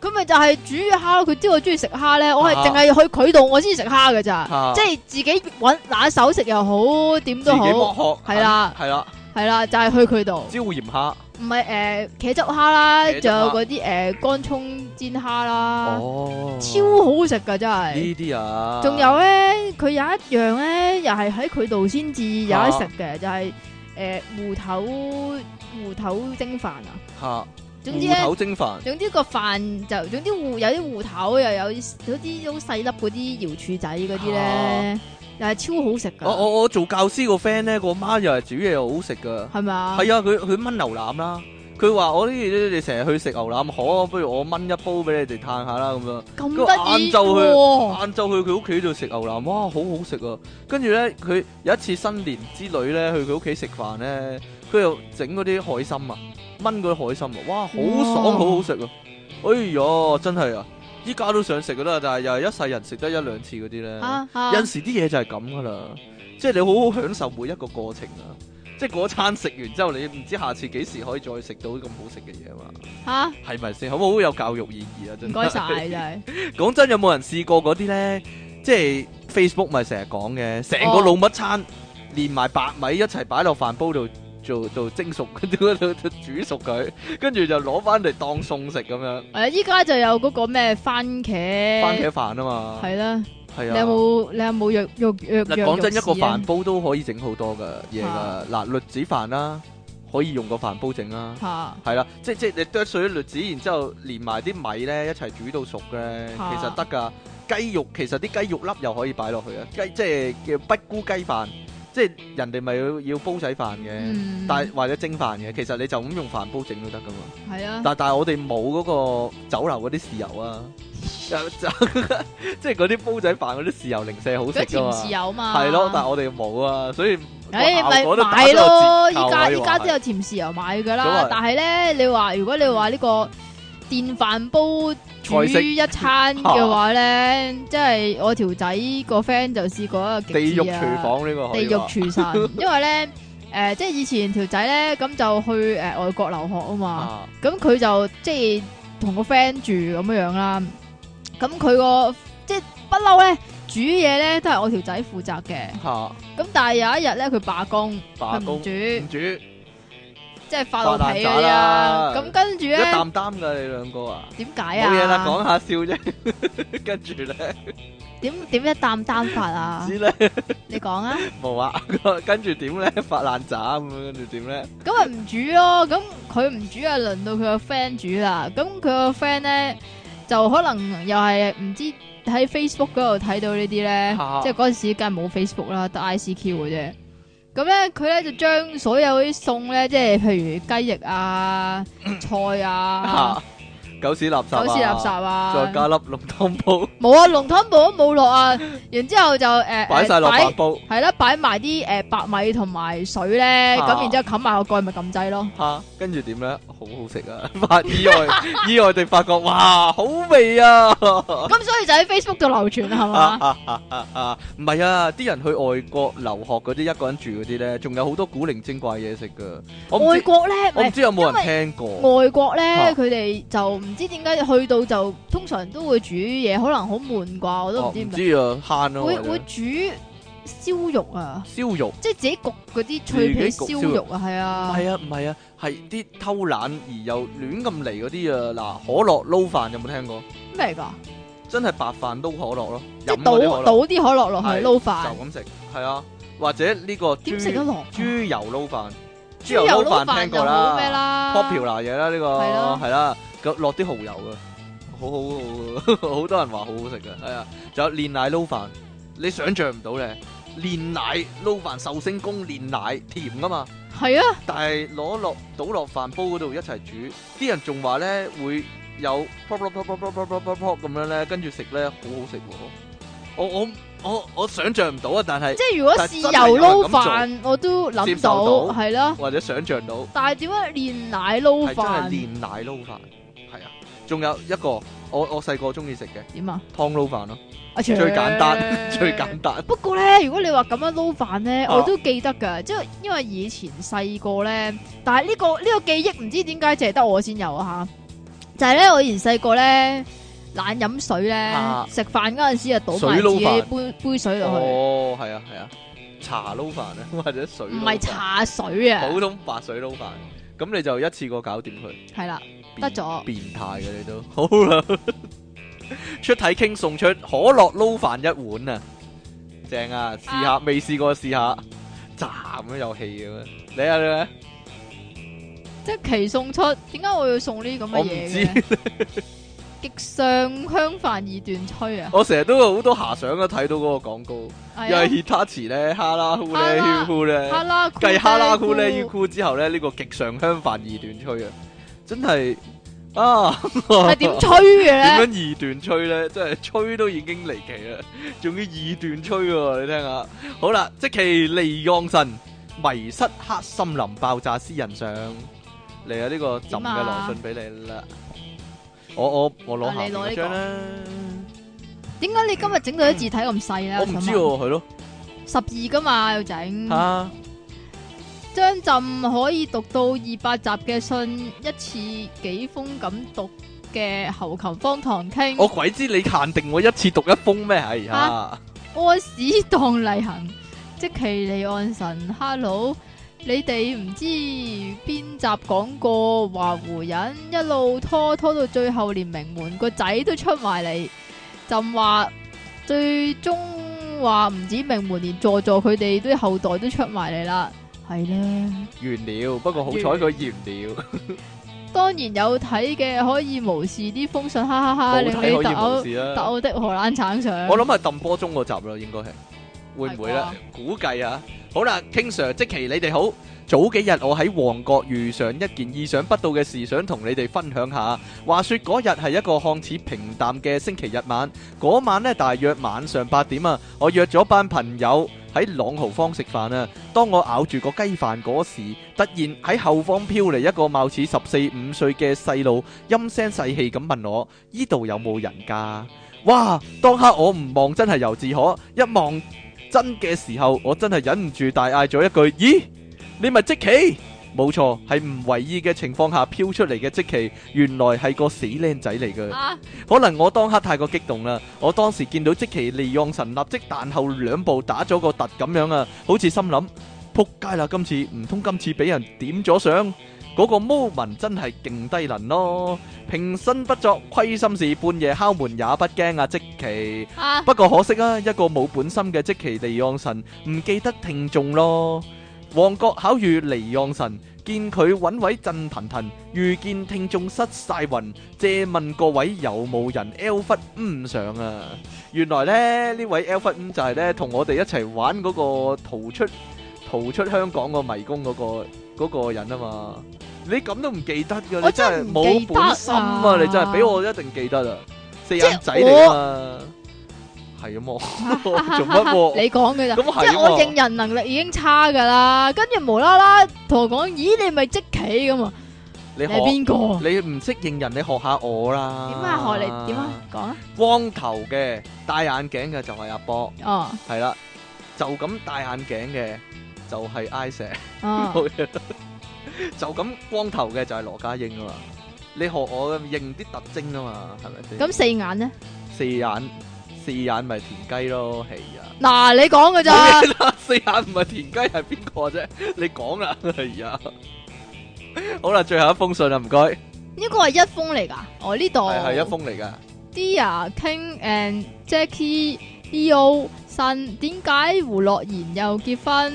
佢咪就係煮蝦咯，佢知我中意食蝦咧，我係
啊
淨係去佢度我先食蝦㗎咋，
啊
即係自己揾拿手食又好，點
自己
都好
剝，殼，
係啦啊
係啦，
係啦，就係去佢度。
椒鹽蝦，
唔係誒茄汁蝦啦，
茄汁
仲有
蝦
嗰啲誒乾葱煎蝦啦，
哦，
超好食㗎真係。
呢啲啊，
仲有咧，佢有一樣咧，又係喺佢度先至有
啊
得食嘅，就係誒芋頭芋頭蒸飯啊。
嚇
總之
芋
咧
頭，蒸飯，
總之個飯就總之芋有啲芋頭，又有有啲好細粒嗰啲瑤柱仔嗰啲
啊
咧，又係超好食
我
㗎，
我我做教師個 friend 咧，個媽又係煮嘢好食㗎。
係咪啊？
係啊，佢佢炆牛腩啦。佢話：我呢你哋成日去食牛腩河，不如我炆一煲俾你哋嘆下啦咁樣。
咁
個
得意
晏晝去啊
喎！
晏晝去佢屋企度食牛腩，哇，好好食啊！跟住咧，佢有一次新年之旅咧，去佢屋企食飯咧，佢又整嗰啲海參啊，炆嗰啲海參啊，哇，好
哇
爽，好好食啊！哎呀，真係啊，依家都想食噶啦，但係又係一世人食得一兩次嗰啲咧。
啊啊
有陣時啲嘢就係咁噶啦，即係你好好享受每一個過程啊！即係嗰餐食完之後，你唔知下次幾時可以再食到咁好食嘅嘢嘛？
嚇，
係咪先？好唔好有教育意義啊？真
啊唔
係
該晒真係。
講真，有冇人試過嗰啲咧？即係 Facebook 咪成日講嘅，成個
哦
老乜餐連埋白米一齊擺落飯煲度做做蒸熟， 跟住嗰度煮熟佢，跟住就攞翻嚟當餸食咁樣，
诶，依家就有嗰個咩番茄，
番茄飯啊嘛，
係啦，
係
你
啊。
有冇你有冇約約約
嗱，
約
講真，一個飯
飯
煲都可以整好多嘅嘢噶。嗱，栗子飯啦，可以用個飯煲整啦。
吓
係啦，即即你剁碎啲栗子，然之後連埋啲米咧一齊煮到熟嘅，其
啊
實得噶。雞肉其實啲雞肉粒又可以擺落去啊，雞即係叫不菇雞飯，即係人哋咪要要煲仔飯嘅，
嗯，
但係或者蒸飯嘅，其實你就咁用飯煲整都得噶嘛。
係啊啦，
但但係我哋冇嗰個酒樓嗰啲豉油啊， 就就即係嗰啲煲仔飯嗰啲豉油零舍好
嗰
食
甜
噶嘛
豉。油嘛，
係咯，但係我哋冇啊，所以
诶
個
咪
效果都打
買
咗
咯，
個
依
折扣啊
家
可以
依
話
家
係
都有甜豉油買噶
咁
啦
啊，
但係咧，你話如果你話呢個電飯煲煮
菜式
一餐嘅話 咧，即係我條仔個 friend 就試過一個極
地獄
致啊
廚房呢個可
地
以
獄
話
廚 神，因為咧。誒、即係以前條仔咧，咁就去誒、外國留學啊嘛，
啊
咁佢就即系同個 friend 住咁樣样啦。咁佢個即系不嬲咧，煮嘢咧都係我條仔負責嘅。
嚇
咁但係有一日咧，佢罷工，佢
罷
唔
工
煮，即
唔煮一
係發老脾嗰
發爛
啲
渣
啊。
啦
咁跟住咧，
擔擔㗎你兩個啊，
點解
冇
啊？
嘢啦，講下笑啫。 跟住咧，
點點一啖擔法
唔
啊？
知咧
你講啊？
冇啊， 跟住點咧發爛渣咁樣，跟住點咧
咁咪唔煮咯，咁佢唔煮啊，輪到佢個 friend 煮啦。咁佢個 friend 咧就可能又係唔知喺 Facebook 嗰度睇到呢啲咧，
啊
即係嗰陣時梗係冇 Facebook 啦，得 ICQ 嘅啫。咁咧佢咧就將所有啲餸咧，即係譬如雞翼啊、菜啊
嚇、狗屎垃圾
狗
啊，
屎垃圾
再
啊，
加粒濃 湯煲，
冇啊，龍湯寶都冇落啊。然之後就誒
擺晒落飯煲
係啦，擺埋啲誒白米同埋水咧，咁、
啊
然之後冚埋個蓋咪撳掣咯。
嚇，跟住點咧好好食啊！ 發意外意外地發覺，哇，好味啊！
咁所以就喺 Facebook 度流傳啦，係嘛？
唔係啊，啲人去外國留學嗰啲一個人住嗰啲咧，仲有好多古靈精怪嘢食噶。我唔
外
知
國咧，
我唔
唔
知有冇人聽過。
係外國咧
啊，
佢哋就唔知點解去到就通常都會煮嘢，可能好悶啩，我都
哦
唔知點
唔
解。
知啊，慳咯。
會
或者
會煮燒肉啊，
燒肉，
即係自己焗嗰啲脆皮燒肉啊，係
唔
啊，
係啊，唔係啊，係啲偷懶而又亂咁嚟嗰啲啊。嗱，可樂撈飯有冇聽過？
咩嚟㗎？
真係白飯撈可樂咯，
即
飲
係
嗰
倒
啲可
倒
樂
啲可樂落去
係
撈飯，
就咁食，係啊，或者呢個
點食得
豬
落？
豬油撈飯，豬
豬
油
油
撈
撈
飯
飯
聽
就
過
好咩啦
啦。popular 嘢啦，呢個
係咯
係啦，咁落啲蠔油啊，好好好，好多人話好好食嘅，係啊，仲有煉奶撈飯，你想象唔到咧，煉奶撈飯壽星公煉奶甜噶嘛，
系啊，
但係攞落倒落飯煲嗰度一齊煮，啲人仲話咧會有 pop pop pop pop pop pop pop pop 咁樣咧，跟住食咧好好食喎。我我我我想像唔到啊，但係
即系如果
但係
豉
真係有
油
人
撈
咁做
飯我都
接
諗
受
到，
到
係啦。
或者想像到。
但係點解煉奶
係
撈
真係
飯
煉奶撈飯，係啊，仲有一個我我細個中意食嘅
點啊？
湯撈飯咯，
阿
最簡單，
卓
最簡單，
啊不過咧，如果你話咁樣撈飯咧，
啊
我都記得㗎，即係因為以前細個咧，但係呢、個呢、個記憶唔知點解淨係得我先有啊吓。就係咧，我以前細個咧懶飲水咧
啊，
食飯嗰陣時啊倒埋
水
自
撈
己
飯
杯杯水落去，
哦，係啊係啊，茶撈飯啊，或者水撈飯
唔係，茶水啊，
普通白水撈飯，咁你就一次過搞掂佢，
係啦，
變
得咗
變態嘅你都 好啦，出體傾送出可樂撈飯一碗啊，正啊，試下未試過試下，炸咁樣有氣咁樣，你啊你啊。
即係其送出，點解我要送呢啲咁嘅
我唔
嘢
知
嘅？極上香飯二段吹啊！
我成日都有好多遐想啊，睇到嗰個廣告，
係
又
啊
係 Hitachi 咧，哈啦呼
哈
咧，
啦
呼呼咧，
哈啦酷
繼哈啦呼
咧
咧，
酷
呼之後咧，呢個極上香飯二段吹啊，真係啊，
係點吹嘅咧？
點樣二段吹咧？真係吹都已經離奇啦，仲要二段吹喎！你聽下，好啦，即其利昂神迷失黑森林爆炸私人相嚟啊！呢個朕嘅來信俾你啦，我我我攞
啊
下
你攞
面
呢
嗰
個
張啦，
點解你今日整到啲字體咁細咧？
嗯我唔知喎，係咯
十二噶嘛要整。
嚇。
張朕可以讀到二百集嘅信，一次幾封咁讀嘅後琴方唐傾，
我鬼知你限定我一次讀一封咩？哎呀，
屙屎當例行，即其離岸神。Hello，你哋唔知邊集講過話湖人一路拖拖到最後，連名門個仔都出埋嚟，朕話最終話唔止名門，連助助佢哋啲後代都出埋嚟啦，係啦。
完了。不過好彩佢完了，
當然有睇嘅可以無視啲風信，哈哈哈！
冇
令
睇
你特
可以無
歐
事
特
啦。
歐的荷蘭橙上。
我諗係揼波鐘嗰集啦，應該係會唔會咧
係啩？
估計啊。好啦，King Sir，即期你哋好。早幾日我喺旺角遇上一件意想不到嘅事，想同你哋分享下。話說嗰日係一個看似平淡嘅星期日晚，嗰晚呢，大約晚上八點啊，我約咗班朋友喺朗豪坊食飯啊。當我咬住個雞飯嗰時，突然喺後方飄嚟一個貌似十四五歲嘅細路，陰聲細氣咁問我：依度有冇人㗎？哇！當刻我唔望真係由自可，一望真嘅時候，我真係忍唔住大嗌咗一句：咦，你咪即奇？冇錯，係唔為意嘅情況下飄出嚟嘅即奇，原來係個死僆仔嚟嘅。
啊，
可能我當刻太過激動啦，我當時見到即其利用神立即彈後兩步打咗個突咁樣啊，好似心諗撲街啦！今次唔通今次俾人點咗相？嗰個 moment 真係勁低能咯！平身不作虧心事，半夜敲門也不驚啊！即其。
啊
不過可惜啊，一個冇本心嘅即其利昂神唔記得聽眾咯。旺角巧遇利昂神，見佢揾位震騰騰，遇見聽眾失晒魂，借問各位有冇人 L 忽唔上啊？原來咧呢位 L 忽五就係咧同我哋一齊玩嗰個逃出逃出香港個迷宮嗰、個嗰、個人啊嘛。你咁都唔記得
我
㗎，你
真係
真
唔
係
記
冇
得啊
本心啊！你真係俾我一定記得啊！四眼仔
即係
嚟
我
啊嘛，係啊嘛，做乜喎？
你講嘅咋？
咁係啊
即係我
喎
認人能力已經差㗎啦，跟住無啦啦同我講：咦，你咪即企咁啊？
你
你係
學
邊個？
你唔識認人，你學下我啦。
點啊？學你點啊？？講啊！
光頭嘅，戴眼鏡嘅就係阿波，
哦
係啦，就咁戴眼鏡嘅就係 I 石。
哦，
冇嘢啦就咁光頭嘅就係羅家英啊嘛，你學我認啲特徵啊嘛，係咪先？
咁四眼咧？
四眼四眼咪田雞咯，係啊。
嗱，你講嘅咋
冇？嘢啦，四眼唔係田雞係邊個啫？你講啦，係啊。好啦，最後一封信啦，唔該，係
呢個係一封嚟㗎，我呢度
係一封嚟噶。
Dear King and Jackie Leo 神，點解胡樂言又結 婚？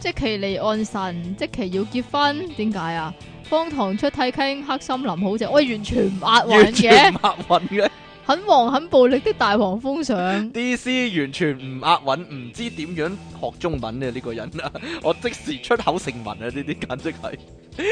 即其離岸神，即其要結婚，點解啊？ 方唐出體傾黑森林好正，我完全唔押韻
完全
嘅
唔，押韻嘅，，
很黃很暴力的大黃蜂上
DC 完全唔押韻，唔知點樣學中文嘅呢個人啊！ 我即時出口成文啊！呢啲簡直係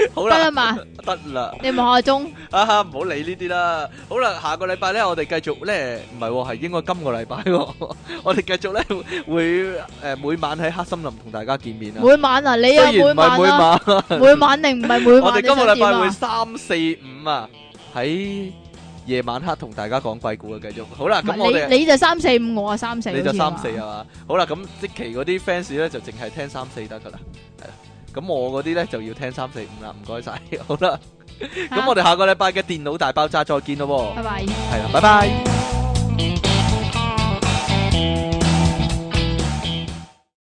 好
得
啦
啦，嘛？
得啦。
你望下鐘，
啊哈，唔好理呢啲啦。好啦，下個禮拜咧，我哋繼續咧，唔係喎，係應該今個禮拜喎。 我哋繼續咧會誒每晚喺黑森林同大家見面啊。
每晚啊，你
雖
啊
然唔係
晚
每
啊，
晚，
每晚定唔係每
我哋
晚？
今個
個
禮拜會三四五啊，喺夜晚黑同大家講鬼故啊，繼續。好啦，咁我哋
唔係你你就三四五，我啊三四，
你就
好似
三
話
四係？嘛？好啦，咁即期嗰啲 fans 咧就淨係聽三四得噶啦，係啦。咁我嗰啲咧就要聽三四五啦，唔該晒。 好啦，咁我哋下個禮拜嘅電腦大爆炸再見咯喎。
啊拜拜。
係啦，拜拜。